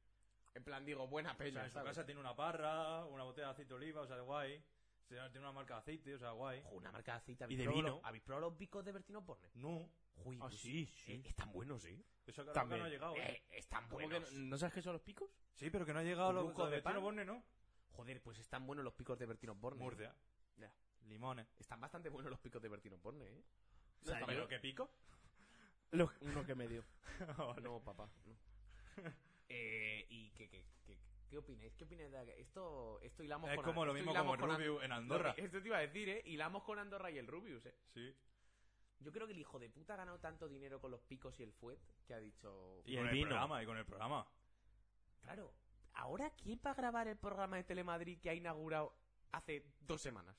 A: En plan, digo, buena
D: O sea,
A: peña,
D: en su
A: ¿sabes?
D: casa tiene una parra, una botella de aceite de oliva, o sea, guay. O sea, Tiene una marca de aceite, o sea, guay.
A: Ojo, una marca de aceite.
C: Y de
A: ¿habéis
C: vino.
A: probado los- ¿Habéis probado los bicos de Bertino Borne?
D: No.
A: Uy,
D: Ah,
A: pues, eh,
C: sí.
A: están buenos, ¿eh?
D: Eso que
C: También.
D: no ha llegado. ¿eh?
A: Eh, están
C: ¿Cómo que no,
A: buenos.
C: ¿no sabes qué son los picos?
D: Sí, pero que no ha llegado
A: ¿Un
D: lo
A: buco
D: lo
A: de
D: de Tino
A: pan?
D: Borne, ¿no?
A: Joder, pues están buenos los picos de Bertino Borne.
D: Murcia.
A: Ya.
D: Limones.
A: Están bastante buenos los picos de Bertino Borne, ¿eh?
C: O sea,
A: Está
C: yo-
A: bueno.
D: ¿Pero qué pico?
C: uno que me dio.
A: No, papá. no. Eh, ¿Y qué, qué, qué, qué opináis? ¿Qué opináis de esto? Esto hilamos
D: Es
A: con
D: como lo
A: esto
D: mismo
A: hilamos
D: como
A: con
D: el
A: An-
D: Rubius en Andorra.
A: Lo- Esto te iba a decir, ¿eh? Hilamos con Andorra y el Rubius, ¿eh?
D: Sí.
A: Yo creo que el hijo de puta ha ganado tanto dinero con los picos y el fuet que ha dicho...
C: Y
D: con
C: el
D: el
C: vino.
D: programa, y con el programa.
A: Claro, ¿ahora quién va a grabar el programa de Telemadrid que ha inaugurado hace dos semanas?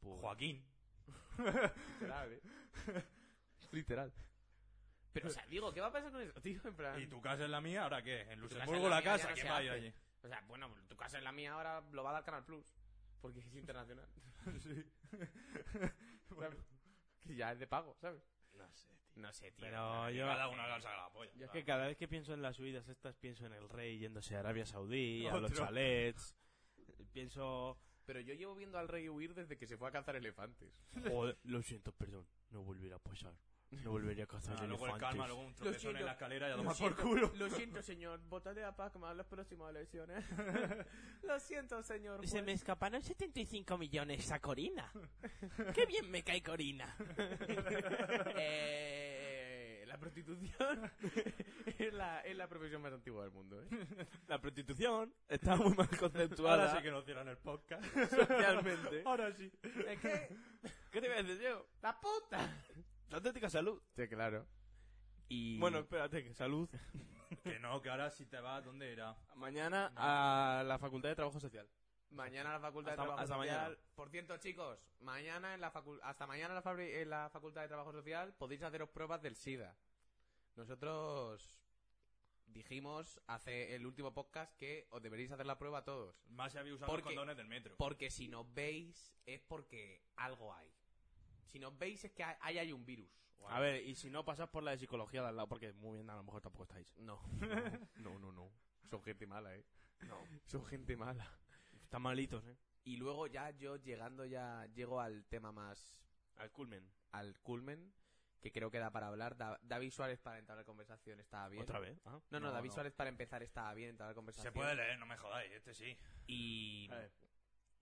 A: Pues-
D: Joaquín.
A: Literal, ¿eh? Literal. Pero, o sea, digo, ¿qué va a pasar con eso, tío? En plan...
D: Y tu casa es la mía, ¿ahora qué? En
A: casa es
D: Luxemburgo
A: la
D: la
A: mía, ya
D: casa,
A: no
D: ¿quién
A: se
D: va a ir
A: hace.
D: allí?
A: O sea, bueno, tu casa es la mía, ahora lo va a dar Canal Plus. Porque es internacional.
D: Sí.
A: ¿sabes? Que ya es de pago, ¿sabes?
C: No sé, tío.
A: No sé, tío.
C: Pero yo...
D: Cada uno la saca la polla.
C: Yo es
D: claro.
C: que cada vez que pienso en las subidas estas, pienso en el rey yéndose a Arabia Saudí, a los
D: Otro.
C: chalets. Pienso...
A: Pero yo llevo viendo al rey huir desde que se fue a cazar elefantes.
C: Joder, "Oh, lo siento, perdón. No volverá a pasar. No volveré a cazar
D: Ah, luego el
C: elefantes.
D: calma, luego un tropezón
A: siento.
D: en la escalera y a tomar por culo.
A: Lo siento, señor. Votad a Pacma en las próximas elecciones. Lo siento, señor.
E: Se me escaparon 75 millones a Corina. Qué bien me cae Corina.
A: Eh, la prostitución es, la, es la profesión más antigua del mundo, ¿eh?
C: La prostitución está muy mal
D: Ahora
C: conceptuada
D: sí que nos cierran el podcast.
C: socialmente.
D: Ahora sí.
A: ¿Es que
C: ¿Qué te voy a decir yo?
A: ¡La puta!
C: La auténtica salud.
A: Sí, claro. Y...
C: Bueno, espérate, que salud.
D: Que no, que ahora si te vas, ¿dónde irá?
C: Mañana a la Facultad de Trabajo Social.
A: Mañana la Facultad
C: Hasta-
A: de Trabajo
C: hasta
A: Social.
C: mañana.
A: Por cierto, chicos, mañana en la facu- hasta mañana en la, fabri- en la Facultad de Trabajo Social podéis haceros pruebas del SIDA. Nosotros dijimos hace el último podcast que os deberéis hacer la prueba a todos.
D: Más se había usado los
A: Porque-
D: condones del metro.
A: Porque si nos veis es porque algo hay. Si nos veis es que hay, ahí hay un virus. o
C: A
A: algo.
C: ver, y si no pasas por la de psicología de al lado, porque muy bien, a lo mejor tampoco estáis.
A: No, no, no, no. Son gente mala, ¿eh? No. Son gente mala.
C: Están malitos, ¿eh?
A: Y luego ya yo llegando ya, llego al tema más
C: Al culmen.
A: al culmen, que creo que da para hablar. Da- David Suárez para entablar conversación estaba bien.
C: ¿Otra vez? Ah.
A: No, no, David Suárez para empezar estaba bien, entablar
D: Se
A: conversación.
D: puede leer, no me jodáis, este sí.
A: Y,
C: A ver.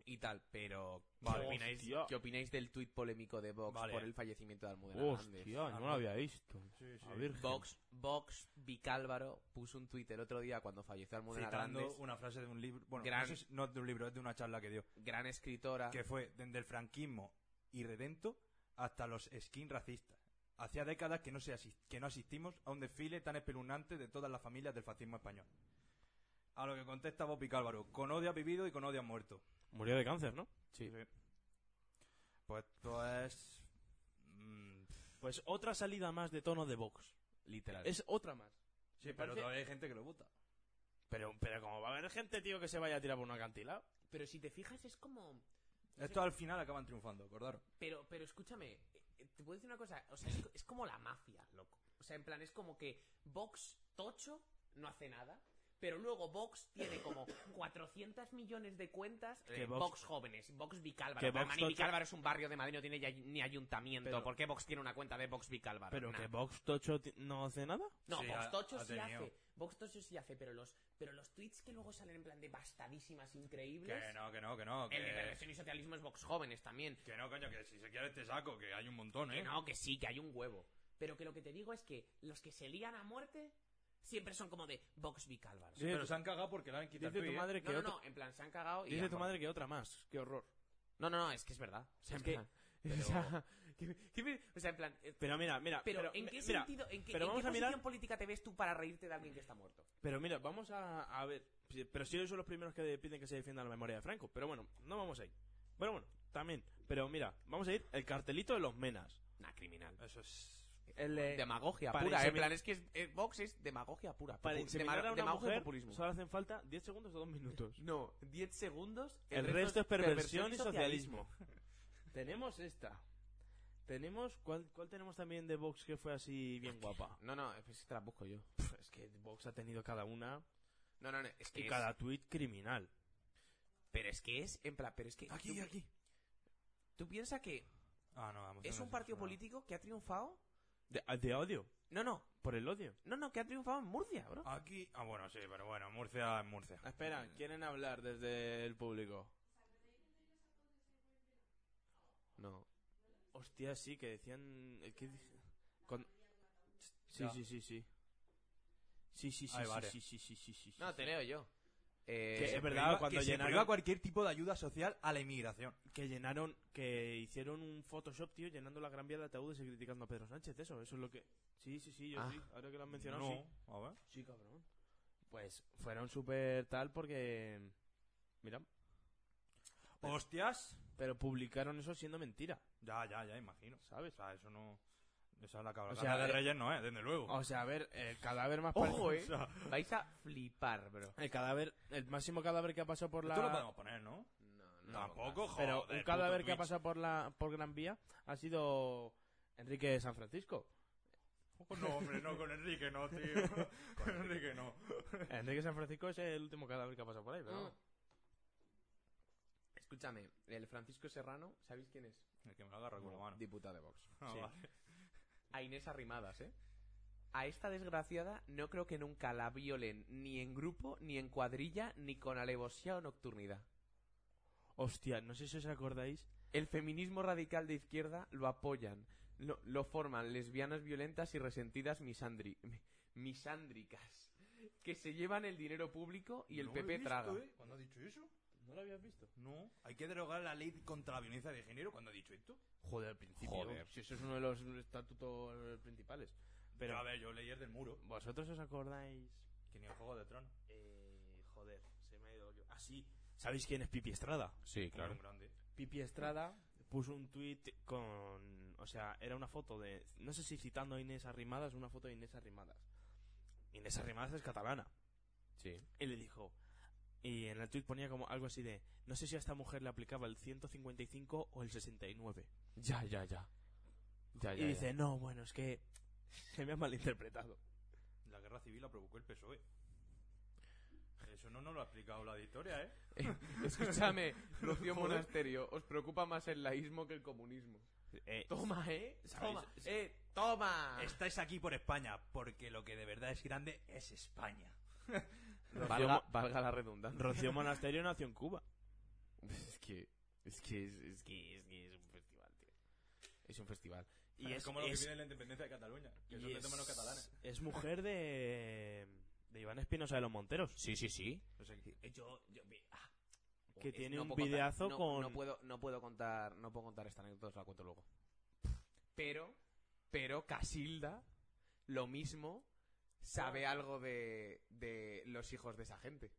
A: y tal, pero ¿qué,
C: Vale.
A: opináis,
C: Hostia.
A: qué opináis del tuit polémico de Vox
D: Vale.
A: por el fallecimiento de Almudena Grandes?
C: Hostia, no lo había visto.
D: Sí, sí.
C: A ver,
A: Vox, Vox Vicálvaro puso un tuit el otro día cuando falleció Almudena
D: Citando
A: Grandes,
D: una frase de un libro. Bueno,
A: Gran-
D: no, sé si- no de un libro, es de una charla que dio.
A: gran escritora.
D: Que fue desde el franquismo irredento hasta los skin racistas. Hacía décadas que no, se asis- que no asistimos a un desfile tan espeluznante de todas las familias del fascismo español. A lo que contesta Bob Picálvaro, con odio has vivido y con odio has muerto.
C: murió de cáncer, ¿no?
A: Sí.
D: Pues esto es... mm,
C: Pues otra salida más de tono de Vox.
A: Literal.
C: Es otra más.
D: sí, pero
C: parece-
D: todavía hay gente que lo vota.
C: Pero, pero como va a haber gente, tío, que se vaya a tirar por un acantilado.
A: Pero si te fijas es como...
D: Esto al final acaban triunfando, acordaros.
A: Pero, pero escúchame, eh, eh, te puedo decir una cosa, o sea, es, co- es como la mafia, loco. O sea, en plan, es como que Vox Tocho no hace nada, Pero luego Vox tiene como 400 millones de cuentas
C: Que
A: de
C: Vox-
A: Vox, jóvenes, Vox Vicálvaro.
C: que
A: Pero
C: Vox
A: Mani
C: no-
A: Vicálvaro es un barrio de Madrid, no tiene ya ni ayuntamiento.
C: Pero-
A: ¿Por qué Vox tiene una cuenta de Vox Vicálvaro?
C: Pero
A: Nah.
C: que Vox Tocho ti- no hace nada.
A: No,
D: Sí,
A: Vox
D: ha-
A: Tocho
D: ha
A: sí
D: tenido.
A: hace. Vox Tocho sí hace, pero los, pero los tweets que luego salen en plan de bastadísimas increíbles.
D: Que no, que no, que no. Que,
A: El de Perversión y Socialismo es Vox Jóvenes también.
D: que no, coño, que si se quiere este saco, que hay un montón, ¿eh?
A: Que no, que sí, que hay un huevo. Pero que lo que te digo es que los que se lían a muerte siempre son como de Vox Vicálvaro.
C: Sí,
D: Pero se han cagado porque le han quitado
C: dice
D: el
C: tu
D: tuit, ¿eh?
C: madre que
A: No, no,
C: otra-
A: no, en plan, se han cagado y...
C: dice
A: han
C: tu
A: muerto.
C: madre que otra más. Qué horror.
A: No, no, no, es que es verdad. O sea, en
C: Es que-
A: plan... o sea, que- que me- o sea, en plan... eh,
C: Pero mira, mira.
A: Pero, ¿en
C: mi-
A: qué
C: mira,
A: sentido, en qué,
C: pero
A: en qué
C: vamos a
A: posición
C: mirar-
A: política te ves tú para reírte de alguien que está muerto?
C: Pero mira, vamos a, a ver. si- Pero si ellos son los primeros que piden que se defienda la memoria de Franco. Pero bueno, no vamos ahí. Pero bueno, también. Pero mira, vamos a ir el cartelito de los menas.
A: Nah, criminal.
D: Eso es...
C: El, eh,
F: Demagogia
C: Para
F: pura, eh, en
C: inseminar-
F: plan, es que es, eh, Vox es demagogia pura.
C: para
F: Popu-
C: inseminar
F: dema-
C: a una
F: demagogia y
C: mujer
F: populismo.
C: solo hacen falta 10 segundos o 2 minutos.
F: No, 10 segundos.
C: El resto es perversión y socialismo. tenemos esta. Tenemos... ¿cuál, ¿Cuál tenemos también de Vox que fue así bien guapa?
F: No, no, es que te las busco yo.
C: Pff, es que Vox ha tenido cada una
F: No, no, no, es
C: y
F: que es-
C: cada tuit criminal.
F: Pero es que es, en plan, pero es que...
D: Aquí,
F: tú-
D: aquí.
F: Tú piensas que
D: Ah, no,
C: Pues
D: vamos.
F: es
D: no,
F: un
D: no,
F: partido
D: no.
F: político que ha triunfado...
C: De, ah, de odio.
F: No, no,
C: Por el odio.
F: no, no, que ha triunfado en Murcia, bro.
D: Aquí... Ah, bueno, sí, pero bueno, Murcia es Murcia.
C: Ah, Espera, ¿quieren hablar desde el público?
F: No.
C: Hostia, sí, que decían... eh, ¿qué dije? Con- Sí,
D: Ya.
C: sí, sí, sí. Sí, sí, sí,
D: Hay
C: sí,
D: varias.
C: sí, sí, sí, sí, sí, sí.
F: No, te leo yo.
C: Que
F: Eh,
C: es verdad,
D: Priva-
C: cuando
D: que se
C: llenaron-
D: priva cualquier tipo de ayuda social a la inmigración.
C: Que llenaron, que hicieron un Photoshop, tío, llenando la Gran Vía de ataúdes y criticando a Pedro Sánchez. Eso, eso es lo que... Sí, sí, sí, yo
F: Ah.
C: sí. Ahora que lo han mencionado,
D: no,
C: sí.
D: a ver.
C: Sí, cabrón. Pues fueron súper tal porque... Mira,
D: ¡Hostias!
C: pero publicaron eso siendo mentira,
D: Ya, ya, ya, imagino.
C: ¿sabes?
D: O sea, eso no... Esa es la cabalgata
C: O sea,
D: de
C: eh,
D: Reyes no es, desde luego.
C: O sea, a ver, el cadáver más...
F: Ojo,
C: parecido-
F: eh. Vais a flipar, bro.
C: El cadáver, el máximo cadáver que ha pasado por la...
D: Esto lo podemos poner, ¿no?
F: No,
D: Tampoco, joder.
C: Pero un cadáver
D: puto
C: que ha
D: Twitch.
C: pasado por la por Gran Vía ha sido Enrique de San Francisco.
D: No, hombre, no, con Enrique no, tío. con Enrique no.
C: Enrique de San Francisco es el último cadáver que ha pasado por ahí, pero
F: Mm. Escúchame, el Francisco Serrano, ¿sabéis quién es?
D: El que me lo agarra con la mano.
F: Diputado de Vox.
D: Ah,
F: Sí.
D: vale.
F: A Inés Arrimadas, ¿eh? A esta desgraciada no creo que nunca la violen ni en grupo, ni en cuadrilla, ni con alevosía o nocturnidad.
C: hostia, no sé si os acordáis.
F: El feminismo radical de izquierda lo apoyan. Lo, lo forman lesbianas violentas y resentidas misandri- mi- misándricas. Que se llevan el dinero público y el
D: No lo he
F: PP
D: visto,
F: traga.
D: ¿eh? ¿Cuándo ha dicho eso?
C: ¿No lo habías visto?
D: No. ¿Hay que derogar la ley contra la violencia de género cuando ha dicho esto?
C: Joder, al principio.
F: Joder.
C: Si eso es uno de los estatutos principales.
D: Pero
C: Pero
D: a ver, yo leí el del muro.
C: vosotros os acordáis
D: Que ni el Juego de Tronos.
C: eh, joder, se me ha ido. Ah, sí. ¿Sabéis quién es Pipi Estrada?
F: Sí,
D: Un grande.
C: Pipi Estrada puso un tweet con. O sea, era una foto de. No sé si citando a Inés Arrimadas, una foto de Inés Arrimadas. Inés Arrimadas es catalana.
F: Sí.
C: Y le dijo. Y en el tweet ponía como algo así de. No sé si a esta mujer le aplicaba el 155 o el 69.
F: Ya, ya, ya. Ya,
C: Y
F: ya,
C: dice, no, bueno, es que. Se me ha malinterpretado.
D: La guerra civil la provocó el PSOE. E. Eso no nos lo ha explicado la historia, ¿eh?
F: ya. Escúchame, Rocío Monasterio, os preocupa más el laísmo que el comunismo.
C: Eh,
F: Toma, ¿eh?
D: ¿Sabéis?
F: Toma, eh,
C: Ah.
F: toma.
D: Estáis aquí por España, porque lo que de verdad es grande es España.
F: Valga, valga la redundancia.
C: Rocío Monasterio nació en Cuba.
F: Es que es que es, es que es que es un festival, tío. Es un festival.
C: Y es,
D: como lo que
C: es-
D: viene de la independencia de Cataluña, que son
C: y
D: de toman los
C: es-
D: catalanes.
C: es mujer de. De Iván Espinosa de los Monteros.
F: Sí, sí, sí.
D: O sea,
C: Eh,
D: que-
A: Yo, yo, vi- ah,
C: Que
F: Es-
C: tiene
F: no
C: un
F: puedo contar-
C: videazo
F: no-
C: con.
F: no puedo no puedo contar no puedo contar esta anécdota, os la cuento luego. Pero pero Casilda lo mismo
C: Ah.
F: sabe algo de de los hijos de esa gente.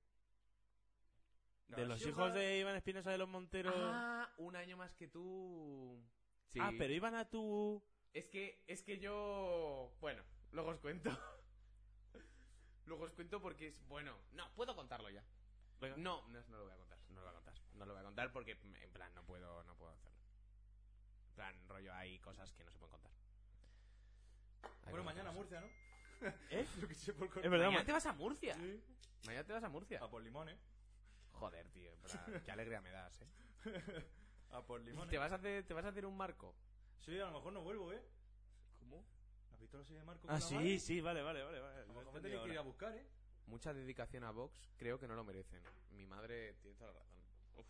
C: De los hijos de Iván Espinosa de los Monteros. Ah,
F: Ah, un año más que tú. Sí.
C: pero Iván a tu.
F: Es que, es que yo. Bueno, luego os cuento. luego os cuento porque es. Bueno, no, puedo contarlo ya.
C: Venga.
F: No, no, no lo voy a contar. No lo voy a contar. No lo voy a contar porque, mm, en plan, no puedo, no puedo hacerlo. En plan, rollo, hay cosas que no se pueden contar. Hay
D: Bueno,
F: cosas que
D: mañana
F: no se-
D: Murcia, ¿no?
C: ¿Eh?
D: Yo que sé por
C: Es verdad,
F: Mañana
C: ma-
F: te vas a Murcia. Mañana te vas a Murcia.
D: A por limones.
F: Oh, Joder, tío. en plan, qué alegría me das, eh.
D: A por limones.
F: ¿Te vas a hacer, te vas a hacer un marco?
D: Sí, a lo mejor no vuelvo, ¿eh?
C: ¿Cómo?
D: ¿Has visto la serie de Marco?
C: Ah,
D: con la madre?
C: sí, sí, vale, vale, vale.
D: A
C: vale. Lo
D: lo
C: he
D: mejor
C: entendido
D: tenéis que ir a
C: ahora.
D: buscar, ¿eh?
F: Mucha dedicación a Vox creo que no lo merecen. Mi madre tiene toda la razón. Uf,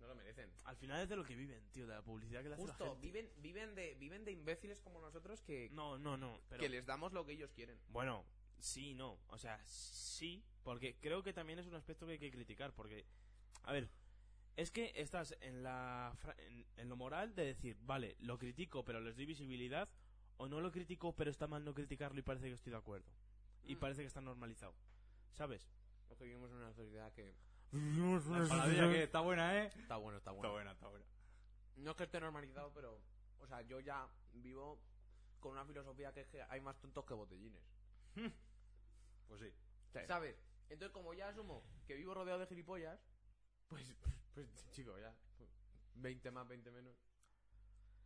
F: no lo merecen.
C: Al final es de lo que viven, tío, de la publicidad que le hace la
F: Justo,
C: gente.
F: viven, viven, de, viven de imbéciles como nosotros que,
C: No, no, no. Pero...
F: que les damos lo que ellos quieren.
C: Bueno, sí, no. O sea, sí, porque creo que también es un aspecto que hay que criticar, porque, a ver, es que estás en la fra- en, en lo moral de decir, vale, lo critico, pero les doy visibilidad, o no lo critico, pero está mal no criticarlo y parece que estoy de acuerdo. Y
F: Mm.
C: parece que está normalizado. ¿Sabes?
F: Lo que vivimos en una sociedad que
D: La empanadilla que está buena, ¿eh?
F: está bueno, está
D: Está
F: bueno.
D: buena, está buena.
F: No es que esté normalizado, pero... O sea, yo ya vivo con una filosofía que es que hay más tontos que botellines.
D: Pues sí.
F: ¿Sabes? Entonces, como ya asumo que vivo rodeado de gilipollas, pues, pues chico, ya. 20 más, 20 menos.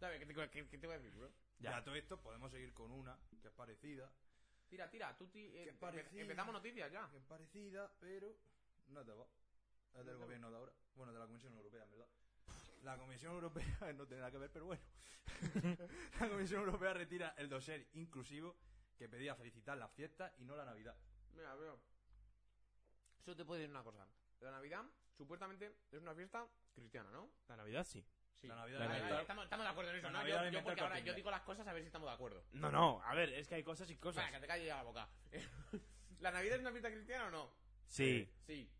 F: ¿Sabes? ¿Qué te, qué- qué te voy a decir, bro?
D: Ya. todo esto podemos seguir con una que es parecida.
F: Tira, tira, tú ti- eh,
D: Qué
F: empe-
D: parecido.
F: empezamos noticias ya.
D: Que es parecida, pero no te va. Es del gobierno de ahora. Bueno, de la Comisión Europea, en verdad. La Comisión Europea no tiene nada que ver, pero bueno. la Comisión Europea retira el dossier inclusivo que pedía felicitar la fiesta y no la Navidad.
F: Mira, bro. Eso te puedo decir una cosa. La Navidad, supuestamente, es una fiesta cristiana, ¿no?
C: La Navidad sí.
F: Sí.
D: La Navidad
C: La
F: Vale, vale,
D: Navidad.
F: estamos, estamos de acuerdo en eso,
D: La
F: ¿no?
D: Navidad
F: Yo-
D: la
F: Yo,
D: inventó
F: porque
D: el
F: ahora yo
D: Corte
F: digo las cosas a ver si estamos de acuerdo.
C: No, no, a ver, es que hay cosas y cosas.
F: Para que te calle ya la boca. ¿La Navidad es una fiesta cristiana o no?
C: Sí,
F: Sí.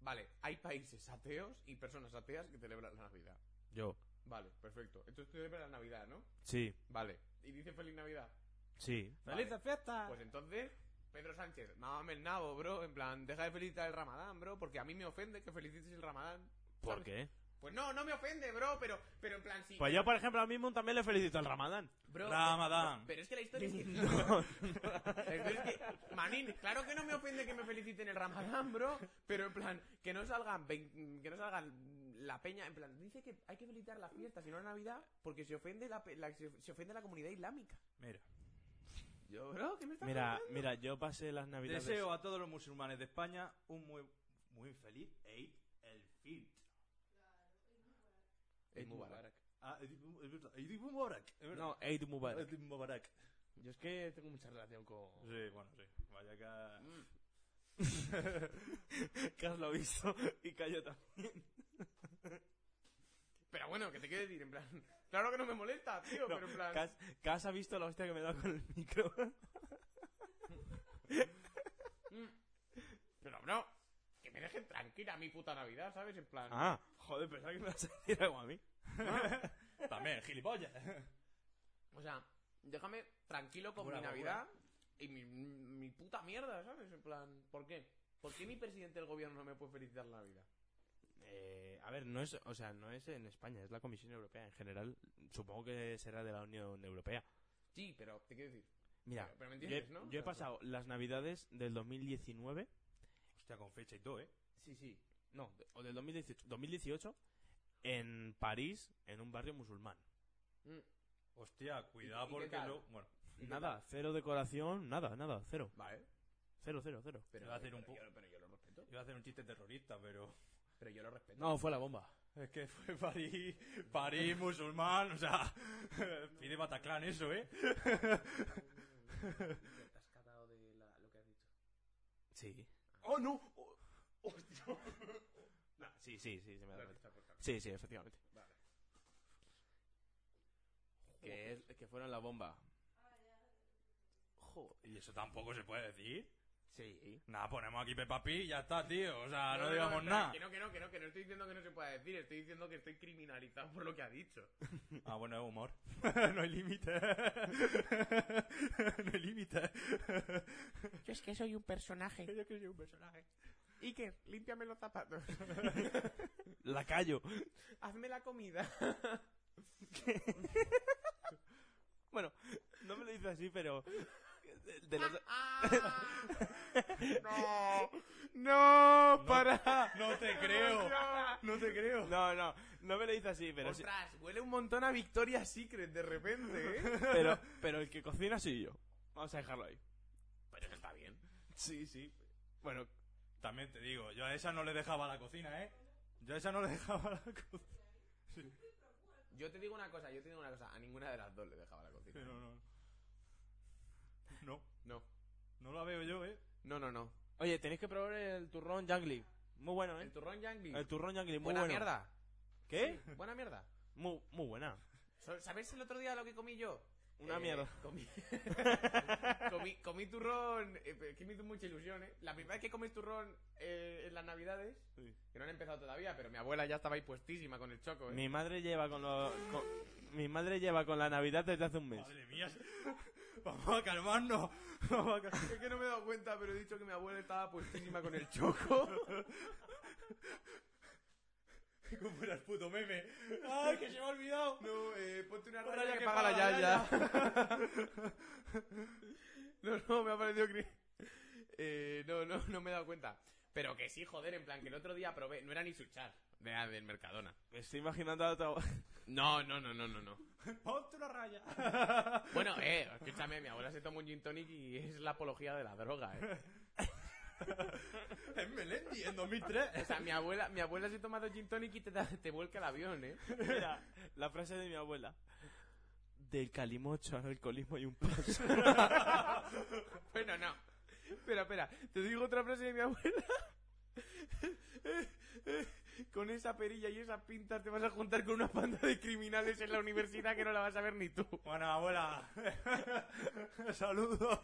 F: Vale, hay países ateos y personas ateas que celebran la Navidad.
C: yo.
F: Vale, perfecto. Entonces tú celebras la Navidad, ¿no?
C: Sí,
F: Vale. Y dice feliz Navidad.
C: sí.
F: Vale.
C: fiesta!
F: Pues entonces, Pedro Sánchez, mámame el nabo, bro. En plan, deja de felicitar el Ramadán, bro, porque a mí me ofende que felicites el Ramadán.
C: ¿Por
F: ¿sabes?
C: qué?
F: Pues no, no me ofende, bro, pero, pero en plan, sí.
C: Pues yo, por ejemplo, a mismo también le felicito al Ramadán.
F: Bro,
D: Ramadán.
F: Pero es que la historia es que. La historia es que. Manín, claro que no me ofende que me feliciten el Ramadán, bro. Pero en plan, que no salgan. vein- Que no salgan la peña. En plan, dice que hay que felicitar la fiesta, si no la Navidad, porque se ofende la, pe- la- se, se ofende la comunidad islámica.
D: Mira.
F: Yo, bro, ¿qué me estás
C: Mira,
F: contando?
C: mira, yo pasé las Navidades.
D: Deseo a todos los musulmanes de España un muy, muy feliz Eid el Fitr.
F: Es Mubarak.
D: Ah, Eid Mubarak. Eid Mubarak. Es verdad.
C: No, Eid Mubarak.
D: Eid Mubarak.
C: Yo es que tengo mucha relación con.
D: Sí, bueno, sí. Vaya que...
C: que has lo visto y cayó también.
F: Pero bueno, que te quiero decir, en plan. Claro que no me molesta, tío, pero en plan.
C: Cas, Cas ha visto la hostia que me he dado con el micro.
F: Pero, bro, que me dejen tranquila mi puta Navidad, ¿sabes? En plan.
C: ah, joder, pensaba que me vas a decir algo a mí.
D: También, gilipollas. eh.
F: O sea, déjame tranquilo con
D: Buena,
F: mi Navidad y mi, mi puta mierda, ¿sabes? En plan, ¿por qué? ¿Por qué mi presidente del gobierno no me puede felicitar la Navidad?
C: Eh, a ver, no es, o sea, no es en España, es la Comisión Europea en general. Supongo que será de la Unión Europea.
F: Sí, pero te quiero decir.
C: Mira,
F: pero, pero me
C: yo he,
F: entiendes, ¿no?
C: yo he
F: O sea,
C: pasado las Navidades del 2019
D: Hostia, con fecha y todo, ¿eh?
C: Sí, sí. No, de- o del 2018, 2018 en París, en un barrio musulmán.
F: mm,
D: Hostia,
F: ¿Y- y
D: cuidado
F: qué
D: porque
F: tal?
D: luego... Bueno,
F: ¿Y qué
C: Nada, cero decoración, nada, nada, cero.
F: Vale.
C: Cero, cero, cero.
F: Pero,
D: Te va a hacer un
F: pero
D: pu-
F: yo, pero yo lo respeto.
D: iba a hacer un chiste terrorista, pero...
F: Pero yo lo respeto.
C: No, fue la bomba.
D: Es que fue París, París musulmán, o sea... Pide Bataclan eso, ¿eh?
F: Te has cagado de la- lo que has dicho.
C: Sí.
F: ¡Oh, no!
C: Nah, sí, sí, sí, se me da cuenta.
F: Vale.
C: Sí, sí, efectivamente. Que, es- que fueron la bomba.
D: Y eso tampoco se puede decir.
C: Sí.
D: Nada, ponemos aquí Peppa Pig y ya está, tío. O sea, Ah, no,
F: no,
D: digamos
F: espera,
D: nada.
F: Que no, que no, que no, que no estoy diciendo que no se pueda decir, estoy diciendo que estoy criminalizado por lo que ha dicho.
D: Ah, bueno, es humor. no hay límite. no hay límite.
A: Yo es que soy un personaje.
D: Yo que soy un personaje.
F: Iker, límpiame los zapatos.
C: La callo.
F: Hazme la comida.
C: Bueno, no me lo dice así, pero... de- de los-
A: Ah,
C: Ah.
F: ¡No! ¡No!
C: ¡Para!
D: No te creo. No te creo.
C: No, no, no me lo dice así, pero... sí-
F: Ostras, huele un montón a Victoria Secret de repente, ¿eh?
C: pero, pero el que cocina soy yo. Vamos a dejarlo ahí.
F: Pero está bien.
C: Sí, sí. Bueno,
D: También te digo, yo a esa no le dejaba la cocina, ¿eh? Yo a esa no le dejaba la cocina.
F: Yo te digo una cosa, yo te digo una cosa. A ninguna de las dos le dejaba la cocina.
D: Pero no. No,
F: No.
D: no la veo yo, ¿eh?
F: No, no, no.
C: oye, tenéis que probar el turrón Jangli. Muy bueno,
F: El
C: ¿eh?
F: turrón Yangli.
C: El turrón Jangli, muy
F: Buena
C: bueno.
F: mierda.
C: ¿Qué?
F: Buena mierda.
C: Muy, muy buena.
F: So- ¿Sabéis el otro día lo que comí yo?
C: Una
F: Eh,
C: mierda.
F: Comí, comí, comí turrón, eh, pero que me hizo mucha ilusión, ¿eh? La primera vez que comí turrón eh, en las navidades,
C: Sí.
F: que no han empezado todavía, pero mi abuela ya estaba ahí puestísima con el choco, ¿eh?
C: Mi madre lleva con los... con- Mi madre lleva con la Navidad desde hace un mes.
D: Madre mía. Vamos a calmarnos. Vamos a cal-
F: Es que no me he dado cuenta, pero he dicho que mi abuela estaba puestísima con el choco.
D: ¿Cómo era el puto meme?
C: ¡Ay, que se me ha olvidado!
F: No, eh, ponte una
C: Una
F: raya que, paga la yaya. no, no, me ha parecido que... Eh, no, no, no me he dado cuenta. Pero que sí, joder, en plan, que el otro día probé... No era ni suchar, era del Mercadona.
C: Me estoy imaginando a otra...
F: No, no, no, no, no, no.
D: Ponte una raya.
F: Bueno, eh, escúchame, mi abuela se toma un gin tonic y es la apología de la droga, eh.
D: en Melendi, en 2003.
F: O sea, mi abuela, mi abuela se toma dos gin tonic y te, da- te vuelca el avión, eh.
C: Mira, la frase de mi abuela. Del calimocho al alcoholismo hay un paso.
F: Bueno, no. Espera, espera. Te digo otra frase de mi abuela. Con esa perilla y esas pintas te vas a juntar con una banda de criminales en la universidad que no la vas a ver ni tú.
D: Bueno, abuela. Saludos.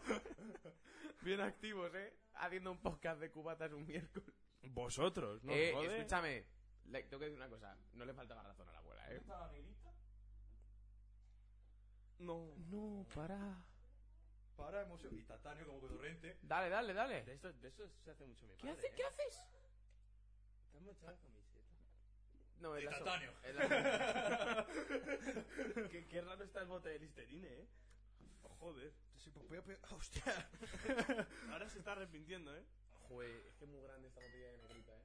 F: Bien activos, ¿eh? Haciendo un podcast de cubatas un miércoles.
C: Vosotros, ¿no?
F: eh,
C: Joder.
F: escúchame. Le- tengo que decir una cosa. No le faltaba razón a la abuela, ¿eh?
C: No.
F: No, para.
D: Para, hemos y Tatáneo como cotorrente.
F: Dale, dale,
A: De
F: dale.
A: esto, de esto se hace mucho mi
F: ¿Qué,
A: padre.
F: hace,
A: ¿eh?
F: ¿Qué haces?
A: ¿Te has manchado la camiseta?
F: No, es la so-
D: Titanio.
F: es la-
C: qué, raro está el bote de Listerine, ¿eh? Joder.
D: Hostia.
C: Ahora se está arrepintiendo, ¿eh?
F: Joder, es que es muy grande esta botella de negrita, ¿eh?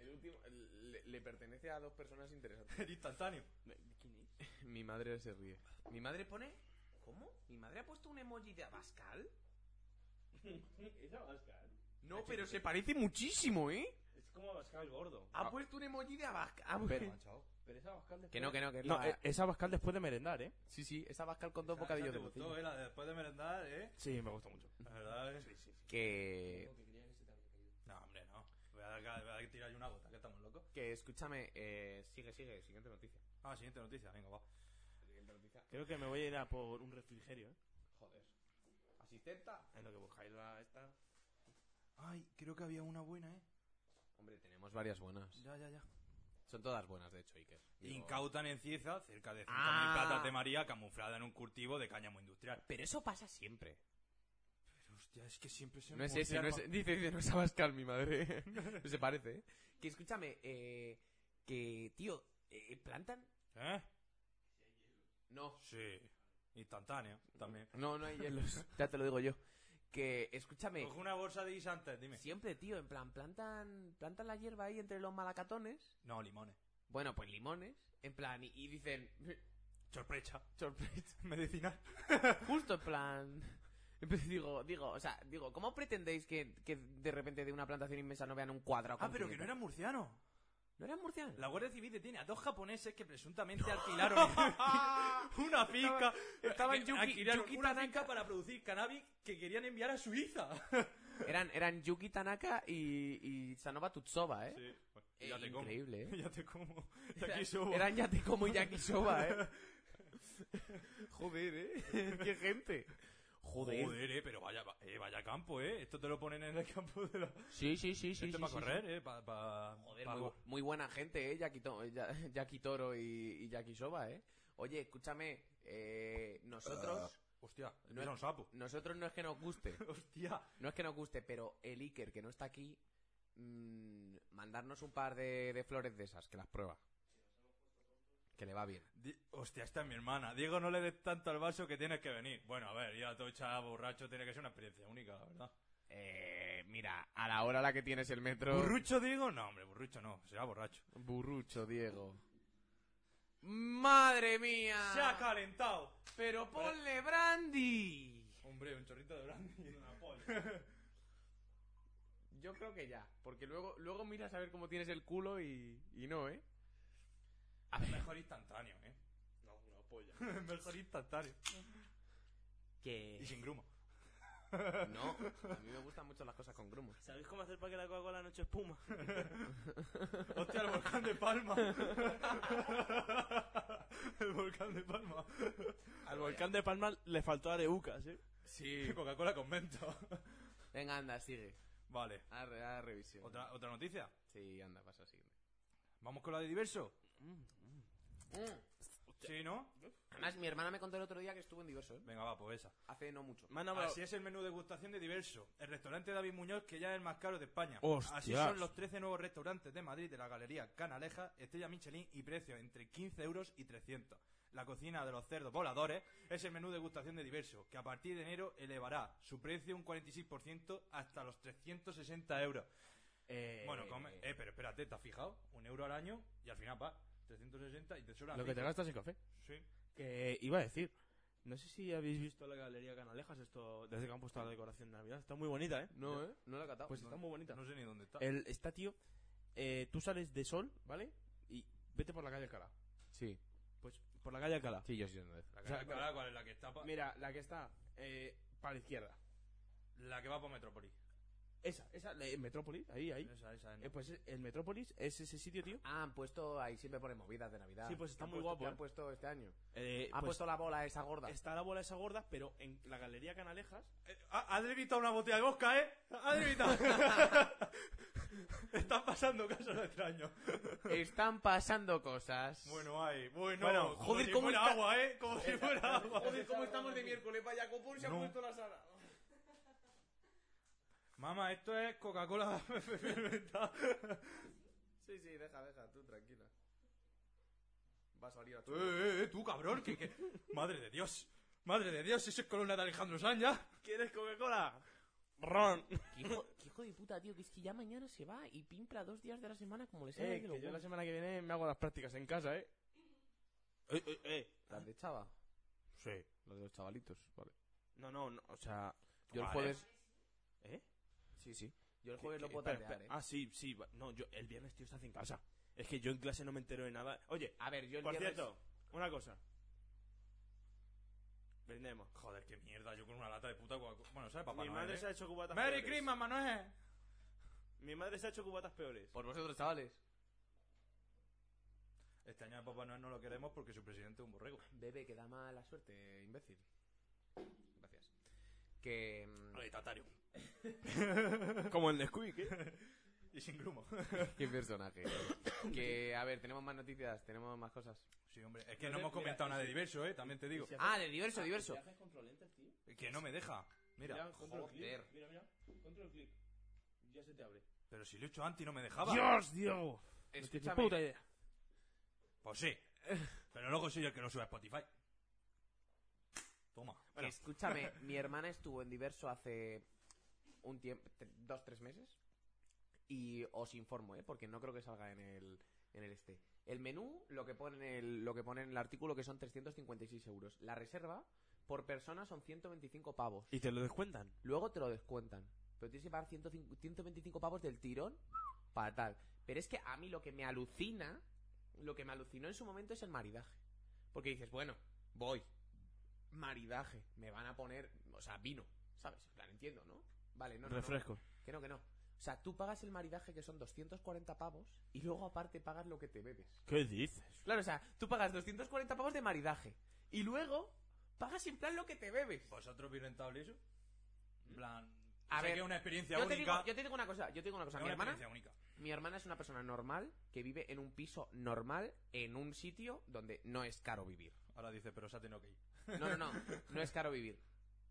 F: El último, le- le pertenece a dos personas interesantes.
D: El instantáneo.
A: ¿Quién es?
F: Mi madre se ríe. Mi madre pone.
G: ¿Cómo? ¿Mi madre ha puesto un emoji de Abascal?
C: Es Abascal.
F: No, pero se parece muchísimo, ¿eh?
C: Es como Abascal gordo.
F: Ha puesto un emoji de Abascal.
A: Pero es Abascal después.
F: Ah. Que no, que no, que es
C: No,
F: la-
C: eh, es Abascal después de merendar, ¿eh?
F: Sí, sí, es Abascal con dos bocadillos de
D: gustó,
F: bocina.
D: eh, la de después de merendar, ¿eh?
C: Sí, me gusta mucho.
D: La verdad, ¿eh?
F: Que.
D: No, hombre, no. Voy a, dar- voy a tirar yo una gota, que estamos locos.
F: Que escúchame, eh, sigue, sigue, siguiente noticia.
D: Ah, siguiente noticia, venga, va.
F: Siguiente noticia.
C: Creo que me voy a ir a por un refrigerio, ¿eh?
F: Joder. Asistenta.
C: En lo que buscáis la esta.
D: Ay, creo que había una buena, ¿eh?
F: Hombre, tenemos varias buenas.
D: Ya, ya, ya.
F: Son todas buenas, de hecho, Iker. Digo-
D: Incautan en Cieza cerca de 5.000
F: Ah.
D: platas de María camuflada en un cultivo de cáñamo industrial.
F: Pero eso pasa siempre.
D: Pero hostia, es que siempre se
F: No es ese, no es, dice, dice, no es Abascal, mi madre. No se parece, ¿eh? Que escúchame, eh, que, tío, eh, plantan...
D: ¿Eh?
F: No,
D: Sí. Instantáneo, también.
F: no, no hay hielos. ya te lo digo yo. Que, escúchame,
D: Coge una bolsa de guisantes, dime.
F: siempre, tío, en plan, plantan, plantan la hierba ahí entre los malacatones.
D: No, limones.
F: Bueno, pues limones. En plan, y, y dicen...
D: Sorpresa. Sorpresa. Medicinal.
F: Justo en plan... Digo, digo, o sea, digo, ¿cómo pretendéis que, que de repente de una plantación inmensa no vean un cuadrado?
D: Ah,
F: con
D: pero que no
F: 500?
D: eran murcianos.
F: ¿No eran murcianos?
D: La Guardia Civil detiene a dos japoneses que presuntamente alquilaron
F: Ah,
D: una finca.
F: Estaban
D: que
F: Yuki-
D: alquilaron
F: Yuki
D: una
F: Tanaka.
D: finca para producir cannabis que querían enviar a Suiza.
F: Eran, eran Yuki Tanaka y, y Sanova Tutsova, ¿eh? Eh, increíble, ¿eh?
D: Ya te como.
F: Eran ya te como Yakisoba, ¿eh? Joder, ¿eh? Qué gente. Joder.
D: Joder, eh, pero vaya, eh, vaya campo, eh. Esto te lo ponen en el campo de la.
F: Sí, sí, sí, sí.
D: Esto
C: Este
F: sí,
D: para
F: sí,
D: correr, eh. Para.
F: sí. Joder, muy, bu- muy buena gente, ¿eh? Yakito- ya- Yakitoro y, y Yakisoba, ¿eh? Oye, escúchame. eh, nosotros,
D: Hostia,
F: No
D: no era un sapo.
F: nosotros no es que nos guste.
D: Hostia.
F: No es que nos guste, pero el Iker, que no está aquí, mm, mandarnos un par de, de flores de esas, que las prueba. Que le va bien.
D: Di- Hostia, esta es mi hermana. Diego, no le des tanto al vaso que tienes que venir. Bueno, a ver, ir a Tocha borracho tiene que ser una experiencia única, la verdad.
F: Eh, mira, a la hora a la que tienes el metro...
D: ¿Burrucho, Diego? No, hombre, burrucho no. Será borracho.
F: Burrucho, Diego. ¡Madre mía!
D: ¡Se ha calentado!
F: Mm. ¡Pero ponle brandy!
D: Hombre, un chorrito de brandy. Una polla.
F: Yo creo que ya, porque luego, luego miras a ver cómo tienes el culo y, y no, ¿eh?
D: Mejor instantáneo, ¿eh?
C: No, no, polla.
D: Mejor instantáneo. Y
A: Que.
D: sin grumo.
F: No, a mí me gustan mucho las cosas con grumos.
C: ¿Sabéis cómo hacer para que la Coca-Cola no eche espuma?
D: Hostia, el volcán de Palma. el volcán de Palma.
C: Al volcán de Palma le faltó areucas, ¿eh?
F: Sí.
D: Coca-Cola convento.
F: Venga, anda, sigue.
D: Vale.
F: A, re- a revisión.
D: ¿Otra, otra noticia.
F: Sí, anda, pasa siguiente.
D: Vamos con la de diverso. Sí, ¿no?
F: Mm. Además, mi hermana me contó el otro día que estuvo en diverso, ¿eh?
D: Venga, va, pues esa.
F: Hace no mucho.
C: Me han hablado-
D: Así es el menú de degustación de diverso. El restaurante David Muñoz, que ya es el más caro de España.
C: Hostias.
D: Así son los 13 nuevos restaurantes de Madrid de la Galería Canaleja, Estrella Michelin y precio entre 15 euros y 300. La cocina de los cerdos voladores es el menú de degustación de diverso, que a partir de enero elevará su precio un 46% hasta los 360 euros. bueno, come... eh, pero espérate, ¿te has fijado? Un euro al año y al final va. 360 y te sobran
C: Lo que te
D: cinco.
C: gastas en café.
D: Sí.
C: Que iba a decir. No sé si habéis visto la Galería Canalejas esto desde que han puesto la decoración de Navidad. Está muy bonita, ¿eh?
F: No, ¿eh? No la he catado.
C: Pues está muy bonita.
D: No sé ni dónde está.
C: El, está, tío. eh, tú sales de sol, ¿vale? Y vete por la calle Alcalá.
F: Sí,
C: Pues por la calle Alcalá.
F: sí, yo sí. no es.
D: La
C: o sea,
D: cara- cara, ¿cuál es la que está? pa-
C: Mira, la que está eh, para la izquierda.
D: La que va por Metrópolis.
C: Esa, esa, la- el Metrópolis, ahí, ahí.
D: Esa, esa, no.
C: Eh, pues el Metrópolis es ese sitio, tío.
F: Ah, han puesto ahí siempre ponen movidas de Navidad.
C: Sí, pues está
F: ¿Qué han
C: muy
F: puesto-
C: guapo,
F: qué han
C: eh.
F: puesto este año?
C: Eh,
F: Han
C: pues
F: puesto la bola esa gorda.
C: está la bola esa gorda, pero en la Galería Canalejas
D: Eh, ha- Has evitado una botella de bosca, ¿eh? Has evitado. Están pasando casos extraños.
F: Están pasando cosas.
D: Bueno, hay. Bueno,
C: Bueno,
D: como
C: joder,
D: si
C: ¿cómo
D: fuera
C: está-
D: agua, ¿eh? Como si fuera agua.
F: ¿cómo estamos de miércoles? Vaya, Copur
D: se ha No. puesto
F: la sala.
D: Mamá, esto es Coca-Cola fermentada.
F: Sí, sí, deja, deja, tú tranquila. Va a salir a
D: eh, eh, eh, tú, cabrón. Que, que- Madre de Dios. Madre de Dios, eso es columna de Alejandro Sanz ya.
C: ¿Quieres Coca-Cola? Ron.
A: que hijo, que hijo de puta, tío. Que es que ya mañana se va y pimpla dos días de la semana como le sale
C: Eh,
A: de los
C: que yo la
A: huevos.
C: semana que viene me hago las prácticas en casa, ¿eh? Eh, eh, eh.
F: ¿Las de Chava?
C: Sí.
F: Las de los chavalitos, vale.
C: No, no, no, o sea...
F: Yo el
C: vale.
F: jueves.
C: ¿Eh?
F: Sí, sí. Yo el
C: ¿Qué-
F: jueves lo
C: qué-
F: puedo
C: espera,
F: tardear,
C: espera.
F: ¿eh?
C: Ah, sí, sí. va- No, yo el viernes, tío, estás en casa. Es que yo en clase no me entero de nada. Oye,
F: A ver, yo el
C: por
F: viernes-
C: cierto, una cosa. Brindemos.
D: Joder, qué mierda. Yo con una lata de puta Coca-Cola. Bueno, ¿sabes, papá?
C: Mi
D: Noel,
C: madre
D: eh?
C: se ha hecho cubatas
D: Merry
C: peores.
D: Christmas, Manuel.
C: Mi madre se ha hecho cubatas peores.
F: Por vosotros, chavales.
D: Este año a Papá Noel no lo queremos porque su presidente es un borrego.
F: Bebe, que da mala suerte, imbécil. Gracias. Que. mm,
D: Vale, tatario.
C: Como el Nesquik, ¿eh?
D: Y sin grumo.
F: Qué personaje. que, a ver, tenemos más noticias, tenemos más cosas.
D: Sí, hombre. Es que no hemos comentado nada de diverso, ¿eh? También te digo.
F: Ah, de diverso, diverso.
C: haces control enter, tío?
D: Que no me deja. Mira,
F: control click. joder.
C: Mira, mira. Control click. Ya se te abre.
D: pero si lo he hecho antes y no me
C: Ah,
D: dejaba.
C: ¡Dios, Diego! No tienes ni
F: Escúchame.
C: puta idea.
D: Pues sí. Pero luego soy el que lo sube a Spotify. Toma.
F: Que Escúchame, mi hermana estuvo en diverso hace un tiempo, tre- dos, tres meses. Y os informo, ¿eh? porque no creo que salga en el, en el este. El menú, lo que, pone en el, lo que pone en el artículo, que son 356 euros. La reserva por persona son 125 pavos.
C: ¿Y te lo descuentan?
F: Luego te lo descuentan. Pero tienes que pagar 105 125 pavos del tirón para tal. Pero es que a mí lo que me alucina, lo que me alucinó en su momento es el maridaje. Porque dices, bueno, voy. Maridaje. Me van a poner, o sea, vino. ¿Sabes? En plan, entiendo, ¿no? Vale, no, no, no.
C: Refresco.
F: Que no, que no. O sea, tú pagas el maridaje que son 240 pavos y luego aparte pagas lo que te bebes.
C: ¿Qué dices?
F: Claro, o sea, tú pagas 240 pavos de maridaje y luego pagas en plan lo que te bebes.
D: ¿Vosotros vi rentable eso? En plan.
F: A
D: sé
F: ver,
D: que es una experiencia
F: Yo te, digo,
D: única.
F: yo te digo una cosa, yo te digo una cosa.
D: es
F: Mi
D: una
F: hermana,
D: experiencia única.
F: Mi hermana es una persona normal que vive en un piso normal en un sitio donde no es caro vivir.
D: Ahora dice, pero se ha tenido que ir. Pues
F: No, no, no, no es caro vivir.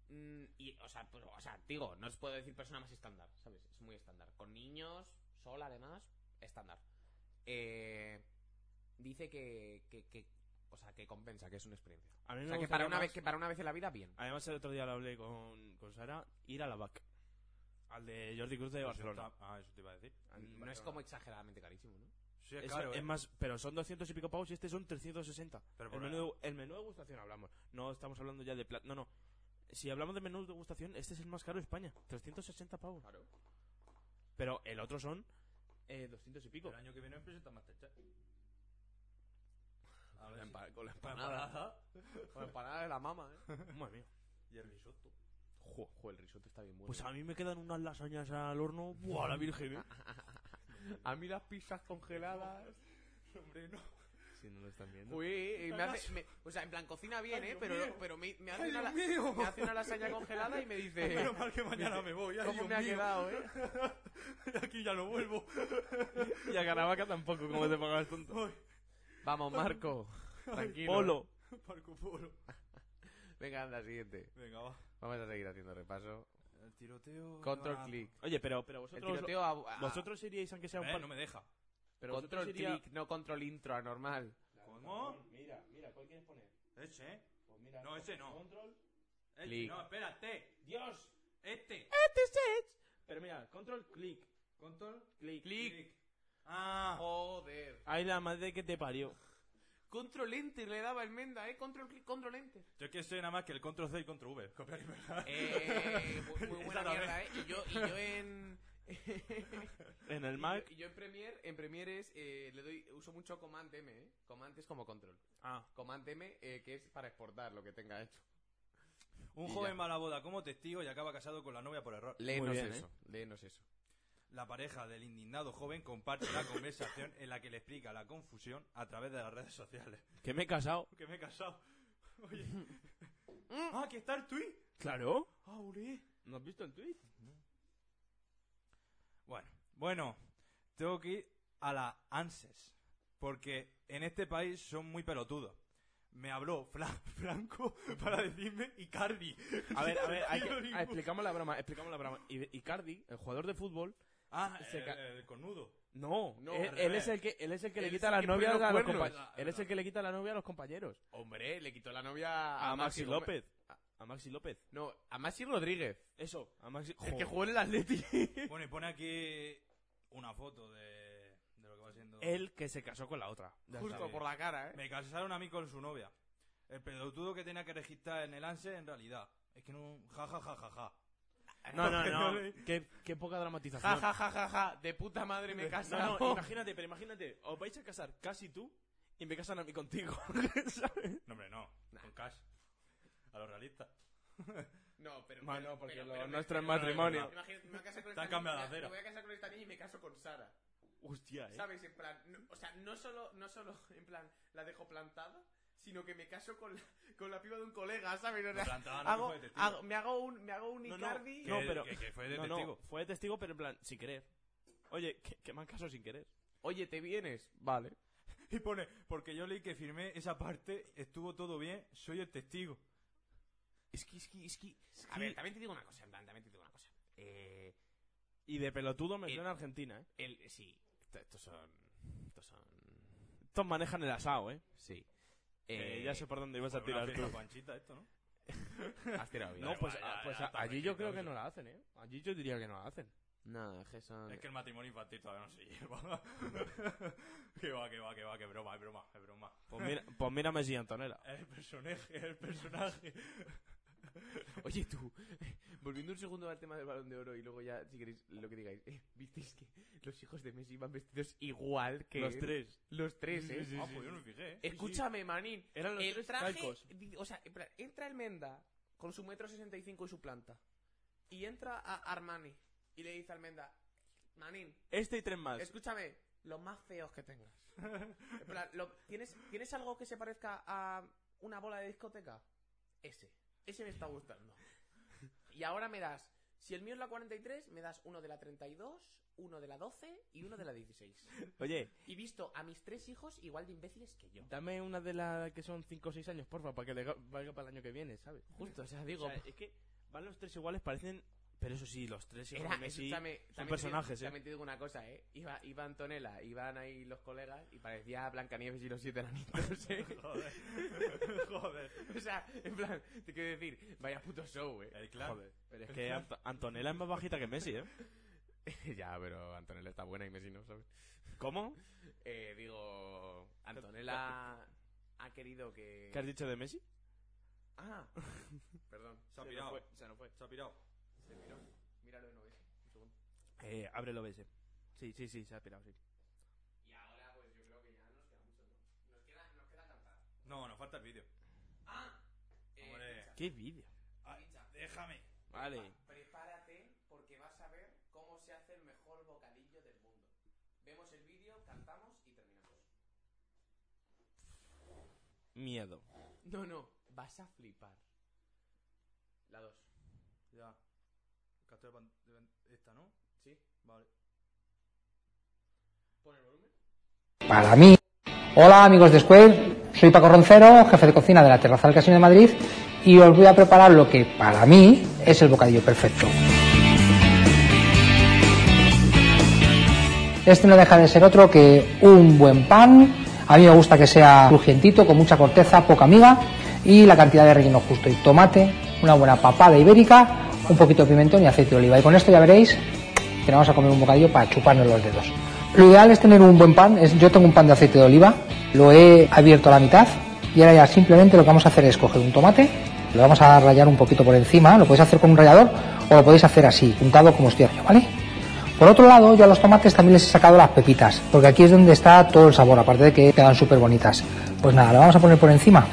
F: Mm, y, o sea, pero, o sea, digo, no os puedo decir persona más estándar, ¿sabes? Es muy estándar. Con niños, sola además, estándar. Eh, dice que, que, que, o sea, que compensa, que es una experiencia.
C: A mí
F: O
C: me
F: sea, que
C: gustaría
F: para una
C: más-
F: vez, que para una vez en la vida, bien.
C: Además, el otro día lo hablé con, con Sara, ir a la VAC. Al de Jordi Cruz de
D: Pues
C: Barcelona.
D: está- Ah, eso te iba a decir.
F: No es como exageradamente carísimo, ¿no?
D: Sí, es
C: Es,
D: caro,
C: es
D: ¿eh?
C: más, pero son 200 y pico pavos y este son 360.
D: Pero
C: el,
D: por-
C: menú, el menú de gustación hablamos. No estamos hablando ya de plata. No, no. si hablamos de menús de degustación, este es el más caro de España. 360 pavos.
F: Claro.
C: Pero el otro son eh, 200 y pico.
D: El año que viene me presenta Masterchef. A ver si-
F: Con la
D: Para
F: empanada. Con la empanada de la mama, ¿eh?
C: Madre mía.
D: Y el risotto.
F: Jo, jo, el risotto está bien bueno. ¿eh?
C: Pues a mí me quedan unas lasañas al horno. ¡Buah, la virgen! ¿eh?
F: a mí las pizzas congeladas.
D: Hombre, no.
H: Si no lo están viendo.
F: Uy, y eh, me hace, me- o sea, en plan cocina bien, ¿eh? Pero, pero me, me hace una, la-
D: mío!
F: me hace una lasaña congelada y me dice...
D: Menos mal que mañana me voy. ay,
F: ¿Cómo
D: Dios
F: me ha
D: mío.
F: quedado, eh?
D: Aquí ya no vuelvo.
H: Y a Caravaca tampoco, como te pagabas tonto.
F: Vamos, Marco. Tranquilo.
C: Polo.
D: Marco Polo.
F: Venga, anda, siguiente.
D: Venga, va.
F: Vamos a seguir haciendo repaso.
D: El tiroteo.
H: Pues
F: Control
D: ah,
F: click.
C: Oye, pero, pero
F: El
C: vosotros.
F: tiroteo ah. a, a-
C: Vosotros iríais aunque sea un
D: Eh,
C: par.
D: no me deja.
C: pero vosotros
F: Control
C: iría-
F: click, no control intro, anormal.
D: ¿Cómo?
C: Mira, mira, ¿cuál quieres poner?
D: Ese, ¿eh?
C: Pues mira,
D: No, ese no.
C: Control.
D: Este,
F: Click.
D: no, espérate.
C: Dios.
D: Este.
C: Pero mira, control click.
D: Control
C: Click.
F: Click.
D: Ah.
F: Joder.
C: Ay, la madre que te parió.
F: Control enter le daba enmienda, eh. Control click, control enter.
D: Yo es que soy nada más que el control C y control V. Copia y pegar.
F: Eh, muy, muy buena
D: Esa también.
F: mierda, eh. Y yo, y yo en.
C: En el
F: Y
C: Mac.
F: yo, y yo en Premiere, en Premiere es, eh, le doy, uso mucho Command M, ¿eh? Command es como control.
C: Ah,
F: Command M, eh, que es para exportar lo que tenga hecho.
D: Un
F: Y
D: joven
F: ya.
D: mala boda como testigo y acaba casado con la novia por error.
F: Léenos
C: bien, eh.
F: eso, léenos eso.
D: La pareja del indignado joven comparte una conversación en la que le explica la confusión a través de las redes sociales.
C: que me he casado.
D: Que me he casado. Oye.
F: Mm.
D: ah, aquí está el tweet.
C: Claro.
D: Ah, ole.
C: ¿No has visto el tweet?
D: Bueno, bueno, tengo que ir a la ANSES. Porque en este país son muy pelotudos. Me habló Fra- Franco para decirme Icardi.
C: A ver, a ver, hay
D: Yo
C: que-
D: digo-
C: ah, explicamos la broma, explicamos la broma. I- Icardi, el jugador de fútbol,
D: Ah,
C: se
D: el,
C: ca-
D: el cornudo.
C: no,
F: No,
C: él,
F: al
C: él
D: revés.
C: es el que él es el que
F: Él
C: le
F: es
C: quita
F: el
C: la
F: que
C: novia
F: pone
C: a los
F: los cuernos.
C: compañeros.
D: Verdad,
C: Él es el
D: verdad.
C: que le quita la novia a los compañeros.
F: Hombre, le quitó la novia a,
C: A Maxi
F: Gómez.
C: López. A Maxi López.
F: No, a Maxi Rodríguez.
C: Eso, a Maxi.
F: El que
C: Joder.
F: jugó en el Atleti.
D: Bueno, y pone aquí una foto de, de lo que va siendo.
C: Él que se casó con la otra. Ya
F: Justo
D: está.
F: por la cara, ¿eh?
D: Me casaron a mí con su novia. El pelotudo que tenía que registrar en el ANSES en realidad. Es que no. Ja, ja, ja, ja, ja.
C: está. No, no, no. qué, qué poca
F: Ja,
C: dramatización.
F: ja, ja, ja, ja. De puta madre me he
C: No,
F: casado.
C: no, imagínate, pero imagínate, os vais a casar casi tú y me casan a mí contigo. ¿sabes?
D: No, hombre, no. Con cash. A los realistas.
F: No, pero.
C: Bueno,
F: pero-
C: porque
F: pero-
C: lo
F: pero-
C: nuestro es
F: pero-
C: matrimonio.
F: pero- Imagínate, me voy a casar
D: Te
F: con esta
D: han cambiado de
F: niña,
D: acera.
F: Me voy a casar con esta niña y me caso con Sara.
C: Hostia, eh.
F: ¿Sabes? En plan. no- o sea, no solo, no solo en plan la dejo plantada, sino que me caso con la, con la piba de un colega, ¿sabes? O sea,
D: plantaban a
F: hago,
D: de testigo.
F: hago- me, hago un, me hago un
C: No, no,
F: Icardi.
C: no, pero-
D: Que, que fue de
C: no, no,
D: testigo.
C: fue de testigo, pero en plan, sin querer. Oye, que, que me han casado sin querer.
F: Oye, ¿te vienes? Vale.
D: Y pone, porque yo leí que firmé esa parte, estuvo todo bien, soy el testigo.
F: Es que, es que, es que.
A: A ver, también te digo una cosa, en plan, también te digo una cosa. Eh,
C: Y de pelotudo me
A: Eh,
C: en Argentina, eh.
A: el, sí, esto- estos son... Estos son...
C: Estos manejan el asado, eh.
A: Sí.
C: Que
A: Eh,
C: ya sé por dónde ibas a
D: Fue una
C: tirar tú.
D: fiesta panchita esto, ¿no?
F: Has tirado bien.
C: No, pues,
D: Ya, ya,
C: ah,
D: ya,
C: pues
D: ya
C: a-
D: está
C: allí yo
D: perfecto,
C: creo que
D: eso.
C: no la hacen, eh. Allí yo diría que no la hacen.
A: No, es que son...
D: Es que el matrimonio infantil todavía no se lleva. que va, que va, que va, que broma, es broma, es broma.
C: Pues, mira, pues mírame si Antonella.
D: El personaje, el personaje.
F: Oye, tú, volviendo un segundo al tema del balón de oro y luego ya, si queréis, lo que digáis. eh, ¿Visteis que los hijos de Messi iban vestidos igual que
C: Los
F: él?
C: tres.
F: Los tres, ¿eh?
D: Ah, pues yo no me fijé, ¿eh?
F: Escúchame, Manín.
C: Eran los
F: El
C: tres
F: traje.
C: calcos.
F: di- O sea, en plan, entra el Menda con su metro sesenta y cinco y su planta. Y entra a Armani y le dice al Menda: Manín,
C: Este y tres más.
F: escúchame, los más feos que tengas. En plan, lo- ¿tienes, ¿tienes algo que se parezca a una bola de discoteca? Ese. Ese me está gustando. Y ahora me das. Si el mío es la 43, me das uno de la 32, uno de la 12 y uno de la 16.
C: Oye,
F: Y visto a mis tres hijos igual de imbéciles que yo.
C: dame una de las que son 5 o 6 años, porfa, para que le ga- valga para el año que viene, ¿sabes?
F: Justo, o sea, digo.
C: O sea, es que van los tres iguales, parecen. Pero eso sí, los tres
F: Era,
C: iguales. Messi,
F: escúchame,
C: son
F: también te digo-
C: personajes, eh.
F: También te digo una cosa, ¿eh? Iba, iba Antonella, iban ahí los colegas y parecía Blancanieves y los siete enanitos, ¿eh?
D: Joder. Joder.
F: O sea, en plan, te quiero decir, vaya puto show, ¿eh?
D: El clan.
C: Joder, pero es que Ant- Antonella es más bajita que Messi, ¿eh?
F: ya, pero Antonella está buena y Messi no, ¿sabes?
C: ¿Cómo?
F: Eh, digo, Antonella ha querido que...
C: Eh, ¿Qué has dicho de Messi?
A: Ah, perdón.
D: Se ha pirado.
A: nos fue, Se nos fue.
D: Se ha pirado.
A: Se piró. Míralo de nuevo. Un segundo.
C: Eh, abre el OBS. Sí, sí, sí, se ha pirado, sí.
A: Y ahora, pues yo creo que ya nos queda mucho, ¿no? Nos queda, nos queda cantar.
D: No, nos falta el vídeo.
A: Ah, eh,
D: Hombre.
A: pincha,
C: ¿Qué vídeo?
A: pincha.
D: Déjame.
C: Vale.
A: Pa- Prepárate porque vas a ver cómo se hace el mejor bocadillo del mundo. Vemos el vídeo, cantamos y terminamos.
C: Miedo.
A: No, no, vas a flipar. La 2.
D: Ya. Castillo de Pan- de Pan- Esta, ¿no?
A: Sí.
D: Vale.
A: Pon el volumen.
I: para mí. Hola amigos de Square, soy Paco Roncero, jefe de cocina de la Terraza del Casino de Madrid y os voy a preparar lo que para mí es el bocadillo perfecto. Este no deja de ser otro que un buen pan. A mí me gusta que sea crujientito, con mucha corteza, poca miga y la cantidad de relleno justo. Y tomate, una buena papada ibérica, un poquito de pimentón y aceite de oliva. Y con esto ya veréis que nos vamos a comer un bocadillo para chuparnos los dedos. Lo ideal es tener un buen pan. Es- Yo tengo un pan de aceite de oliva, lo he abierto a la mitad y ahora ya simplemente lo que vamos a hacer es coger un tomate, lo vamos a rayar un poquito por encima, lo podéis hacer con un rallador o lo podéis hacer así, juntado como estoy haciendo, ¿vale? Por otro lado, yo a los tomates también les he sacado las pepitas, porque aquí es donde está todo el sabor, aparte de que quedan súper bonitas. Pues nada, lo vamos a poner por encima.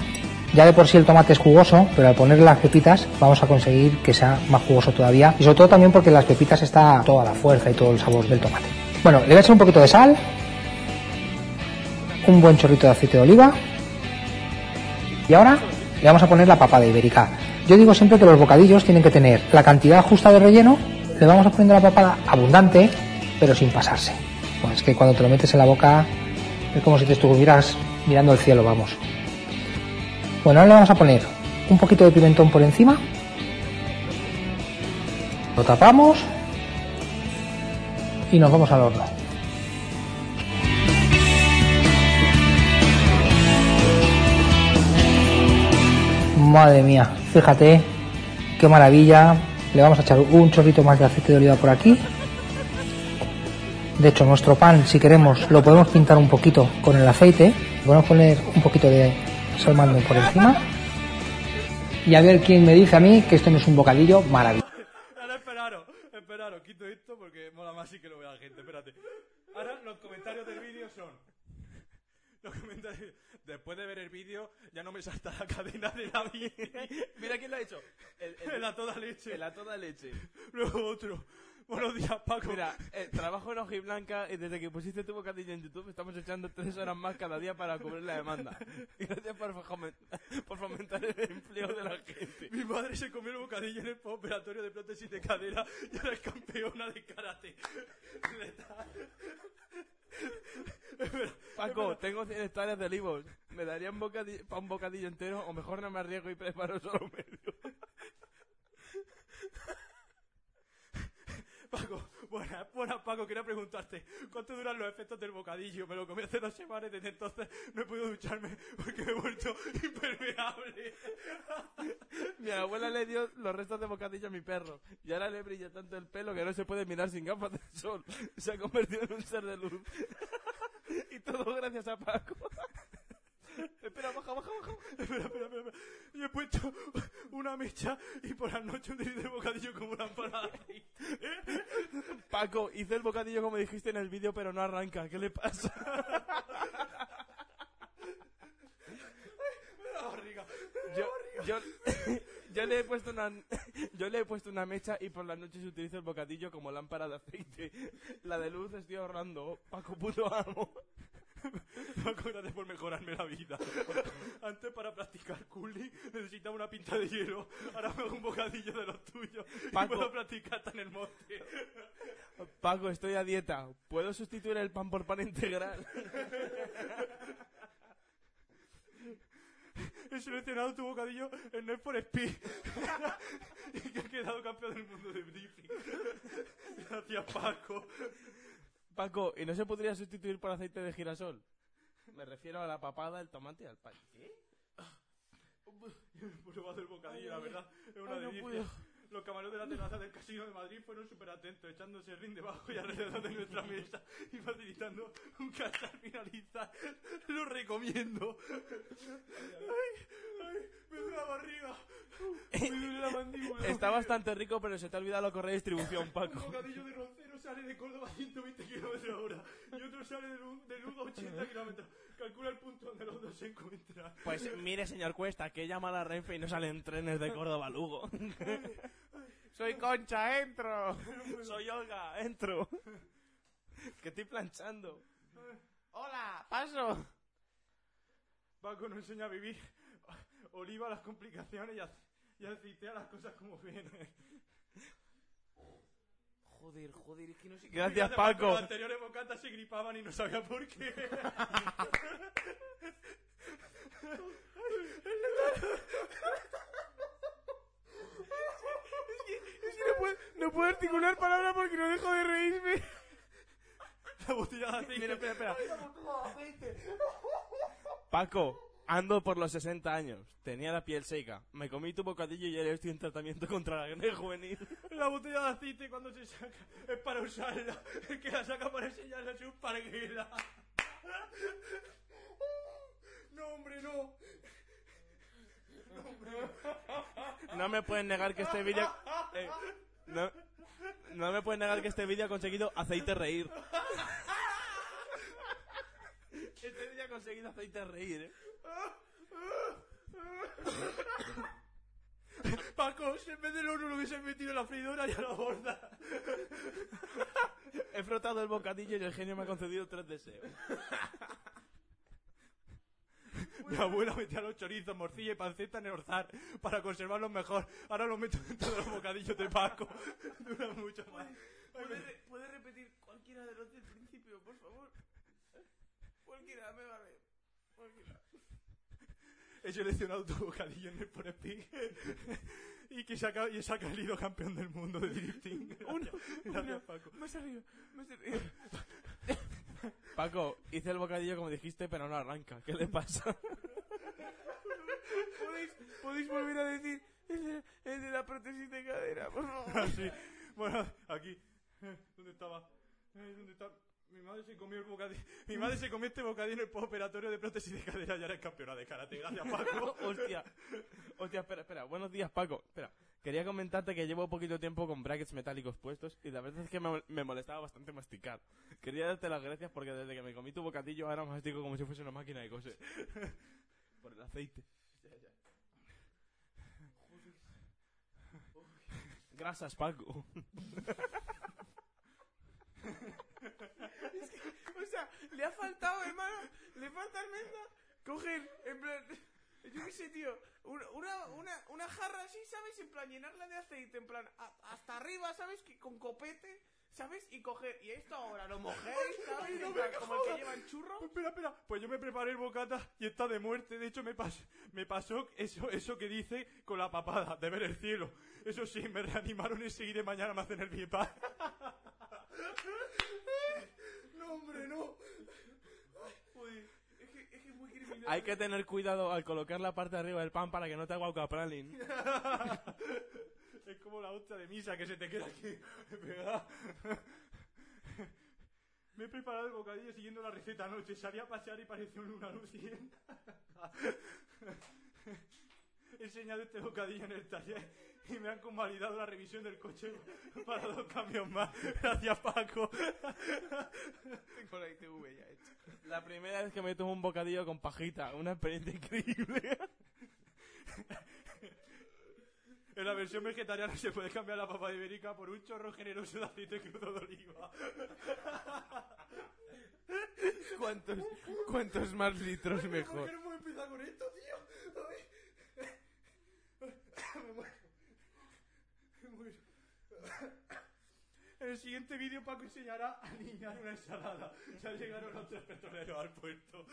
I: Ya de por sí el tomate es jugoso, pero al poner las pepitas vamos a conseguir que sea más jugoso todavía. Y sobre todo también porque en las pepitas está toda la fuerza y todo el sabor del tomate. Bueno, le voy a echar un poquito de sal, un buen chorrito de aceite de oliva, y ahora le vamos a poner la papada ibérica. Yo digo siempre que los bocadillos tienen que tener la cantidad justa de relleno, le vamos a poner la papada abundante, pero sin pasarse. Bueno, es que cuando te lo metes en la boca es como si te estuvieras mirando el cielo, vamos. Bueno, ahora le vamos a poner un poquito de pimentón por encima. Lo tapamos y nos vamos al horno. Madre mía, fíjate, qué maravilla. Le vamos a echar un chorrito más de aceite de oliva por aquí. De hecho, nuestro pan, si queremos, lo podemos pintar un poquito con el aceite. Podemos poner un poquito de salmando por encima. Y a ver quién me dice a mí que esto no es un bocadillo maravilloso.
D: Ahora esperaros, esperaros, quito esto porque mola más y que lo vea la gente, espérate. Ahora los comentarios del vídeo son. Los comentarios. Después de ver el vídeo, ya no me salta la cadena de la
C: Mira quién lo ha hecho. El, el-
D: la toda leche.
C: el a toda leche.
D: Luego otro. Buenos días, Paco.
C: Mira, el trabajo en Ojiblanca, eh, desde que pusiste tu bocadillo en YouTube, estamos echando tres horas más cada día para cubrir la demanda. Y Gracias por, fomen- por fomentar el empleo de la gente.
D: Mi madre se comió el bocadillo en el operatorio de prótesis de cadera y ahora es campeona de karate.
C: Paco, tengo 100 hectáreas de olivos. ¿Me darían bocadi- pa' un bocadillo entero o mejor no me arriesgo y preparo solo medio?
D: Paco, buenas, buenas, Paco. Quería preguntarte, ¿cuánto duran los efectos del bocadillo? Me lo comí hace dos semanas y desde entonces no he podido ducharme porque me he vuelto impermeable.
C: Mi abuela le dio los restos de bocadillo a mi perro. Y ahora le brilla tanto el pelo que no se puede mirar sin gafas de sol. Se ha convertido en un ser de luz. y todo gracias a Paco. Espera, baja, baja, baja.
D: Espera, espera, espera, espera. Yo he puesto una mecha y por la noche un dedito de bocadillo como lámpara.
C: Paco, hice el bocadillo como dijiste en el vídeo, pero no arranca. ¿Qué le pasa? Yo, yo, yo le he puesto una yo le he puesto una mecha y por la noche se utiliza el bocadillo como lámpara de aceite. La de luz estoy ahorrando. Paco puto amo.
D: Paco, gracias por mejorarme la vida. Antes para practicar curling necesitaba una pinta de hielo. Ahora me hago un bocadillo de los tuyos y
C: Paco.
D: puedo practicar tan en el monte.
C: Paco, estoy a dieta. ¿Puedo sustituir el pan por pan integral?
D: He seleccionado tu bocadillo en Net for Speed y que ha quedado campeón del mundo de briefing. Gracias, Paco.
C: Paco, ¿y no se podría sustituir por aceite de girasol? Me refiero a la papada, el tomate y al pan.
D: Pues lo va a hacer bocadillo, la verdad. Es una
C: Ay, no
D: delicia.
C: puedo.
D: Los camareros de la terraza del Casino de Madrid fueron súper atentos, echándose rin debajo y alrededor de nuestra mesa y facilitando un casar finalizar. Lo recomiendo. Ay, ay, me duele la barriga. Me duele la mandíbula.
C: Está bastante rico, pero se te ha olvidado la correa de distribución,
D: Un
C: Paco.
D: bocadillo de roncero sale de Córdoba a 120 kilómetros hora y otro sale de Lu- de Lugo a 80 kilómetros. Calcula el punto donde los dos se encuentran.
C: Pues mire, señor Cuesta, que llama a la Renfe y no salen trenes de Córdoba a Lugo.
F: Soy Concha, entro.
C: Soy Olga, entro. Que estoy planchando.
F: Hola, paso.
D: Paco nos enseña a vivir. Oliva las complicaciones y, ace- y
C: assim,
D: aceitea las cosas como
C: né?
D: vienen.
F: Joder, joder, es que no sé qué.
C: Gracias,
D: Fíjate,
C: Paco.
D: Los anteriores bocatas se gripaban y no sabía por qué.
C: No puedo articular palabra porque no dejo de reírme.
D: La botella de aceite.
C: Mira, espera, espera. Paco, ando por los 60 años. Tenía la piel seca. Me comí tu bocadillo y ahora estoy en tratamiento contra la acné juvenil.
D: La botella de aceite cuando se saca es para usarla. El que la saca para enseñarla es un parguela. No, hombre, no.
C: No me pueden negar que este vídeo... eh, no, no me pueden negar que este vídeo ha conseguido aceite reír. Este vídeo ha conseguido aceite reír, eh.
D: Paco, si en vez del horno lo hubiesen metido en la freidora y a la borda.
C: He frotado el bocadillo y el genio me ha concedido tres deseos.
D: Mi abuela metía los chorizos, morcilla y panceta en el orzar para conservarlos mejor. Ahora los meto dentro de los bocadillos de Paco. Dura mucho más.
F: ¿Puedes, re- puedes repetir cualquiera de los del principio, por favor? Cualquiera, me vale. Cualquiera.
D: He seleccionado tu bocadillo en el por y que saca, y saca el hilo campeón del mundo de drifting. Uno, gracias, Paco.
F: Más arriba, más arriba.
C: Paco, hice el bocadillo como dijiste, pero no arranca. ¿Qué le pasa?
F: ¿Podéis, podéis volver a decir el de, el de la prótesis de cadera, por favor.
D: Así. Bueno, aquí. Eh, ¿Dónde estaba? Eh, ¿Dónde está? Mi madre se comió el bocadillo. Mi madre se comió este bocadillo en el postoperatorio de prótesis de cadera y ahora es campeona de karate. Gracias, Paco.
C: Hostia. Hostia, espera, espera. Buenos días, Paco. Espera. Quería comentarte que llevo poquito tiempo con brackets metálicos puestos y la verdad es que me, me molestaba bastante masticar. Quería darte las gracias porque desde que me comí tu bocadillo ahora mastico como si fuese una máquina de coser. Por el aceite. Gracias, Paco.
F: O sea, le ha faltado, hermano, le falta almendra. Coger, en plan, yo qué sé, tío, una, una, una- una jarra así, ¿sabes? En plan, llenarla de aceite, en plan, a- hasta arriba, ¿sabes? Que con copete, ¿sabes? Y coger, y esto ahora lo mojéis, ¿sabes? En plan, como el que lleva el churro.
D: Espera, espera. Pues yo me preparé el bocata y está de muerte. De hecho, me, pas- me pasó eso, eso que dice con la papada, de ver el cielo. Eso sí, me reanimaron y seguiré mañana más en el bipar. no, hombre, no.
F: Joder, es que es, que es muy criminal.
C: Hay que tener cuidado al colocar la parte de arriba del pan para que no te haga guacapralin.
D: es como la hostia de misa que se te queda aquí pegada. Me he preparado el bocadillo siguiendo la receta anoche. Salí a pasear y pareció una luz llena. He enseñado este bocadillo en el taller y me han convalidado la revisión del coche para dos cambios más. Gracias, Paco.
F: Tengo la ITV ya hecha.
C: La primera vez que me tomo un bocadillo con pajita, una experiencia increíble.
D: En la versión vegetariana se puede cambiar la papa ibérica por un chorro generoso de aceite crudo de oliva.
C: ¿Cuántos, cuántos más litros
D: ¿Por
C: mejor?
D: qué no hemos empezado con esto, tío? Ay. Me muero. Me muero. En el siguiente vídeo Paco enseñará a niñar una ensalada. Ya llegaron los tres petroleros al puerto.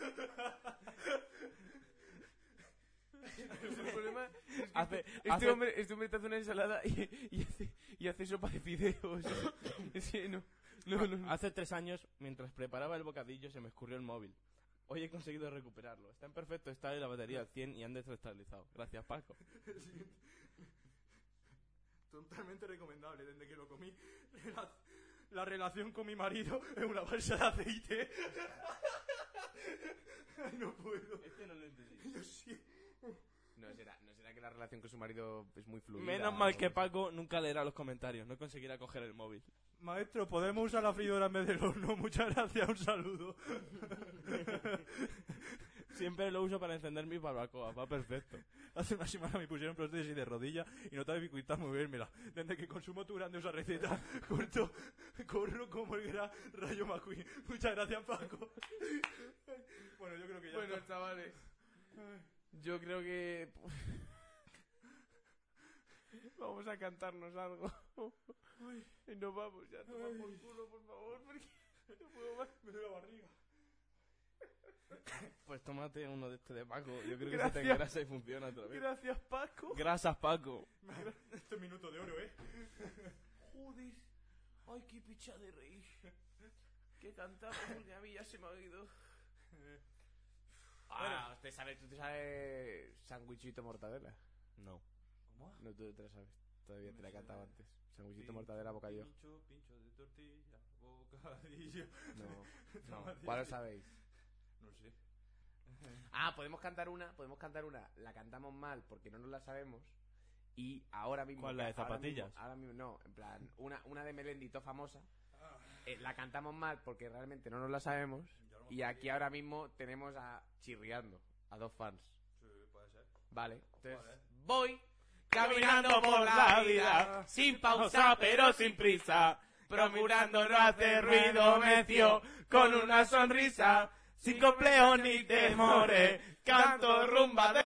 F: El problema es que
C: Hace-
F: este,
C: hace-
F: hombre, este hombre te hace una ensalada y, y hace, y hace sopa de fideos. Es que no. No, no, no.
C: Hace tres años, mientras preparaba el bocadillo, se me escurrió el móvil. Hoy he conseguido recuperarlo. Está en perfecto estado y la batería al 100 y han desestabilizado. Gracias, Paco.
D: totalmente recomendable desde que lo comí. La, la relación con mi marido es una balsa de aceite. Ay, no puedo.
C: Este no lo entendí.
D: Yo sí.
F: No será, no será que la relación con su marido es muy fluida.
C: Menos mal
F: o-
C: que Paco nunca leerá los comentarios, no conseguirá coger el móvil.
D: Maestro, podemos usar la freidora en vez del horno. Muchas gracias, un saludo.
C: Siempre lo uso para encender mi barbacoa, va perfecto.
D: Hace una semana me pusieron prótesis de rodilla y notaba dificultad movérmela. Desde que consumo tu grandiosa receta, corto, corro como el gran Rayo McQueen. Muchas gracias, Paco. Bueno, yo creo que ya
F: Bueno,
D: está.
F: chavales. Yo creo que. Vamos a cantarnos algo. Y nos vamos ya. Toma por culo, por favor. Porque no puedo más.
D: Me duele la barriga.
C: Pues tómate uno de este de Paco, yo creo que se te
F: Gracias.
C: grasa y funciona otra vez.
F: Gracias, Paco.
C: Grasas, Paco.
D: Este es minuto de oro, ¿eh?
F: Joder. Ay, qué picha de reír. Que cantamos porque a mí ya se me ha oído. Ah, usted sabe, tú te sabes sándwichito mortadela.
C: No.
D: ¿Cómo?
F: No, tú te la sabes. Todavía te la he cantado antes. Sándwichito
D: Pincho,
F: mortadela, bocadillo.
D: Pincho, pincho de tortilla, bocadillo.
F: No, no.
D: Madre
F: ¿Cuál lo
D: mía.
F: sabéis?
D: No sé.
F: Ah, podemos cantar una, podemos cantar una. La cantamos mal porque no nos la sabemos. Y ahora mismo.
C: ¿Cuál, la de
F: ahora mismo-
C: zapatillas?
F: Ahora mismo, no, en plan, una, una de Melendito famosa. Eh, la cantamos mal porque realmente no nos la sabemos. Y aquí ahora mismo tenemos a Chirriando, a dos fans.
D: Sí, puede ser.
F: Vale, entonces.
D: Vale.
F: Voy caminando por la vida, sin pausa pero sin prisa, procurando no hacer ruido mecio, con una sonrisa, sin complejo ni temores, canto rumba de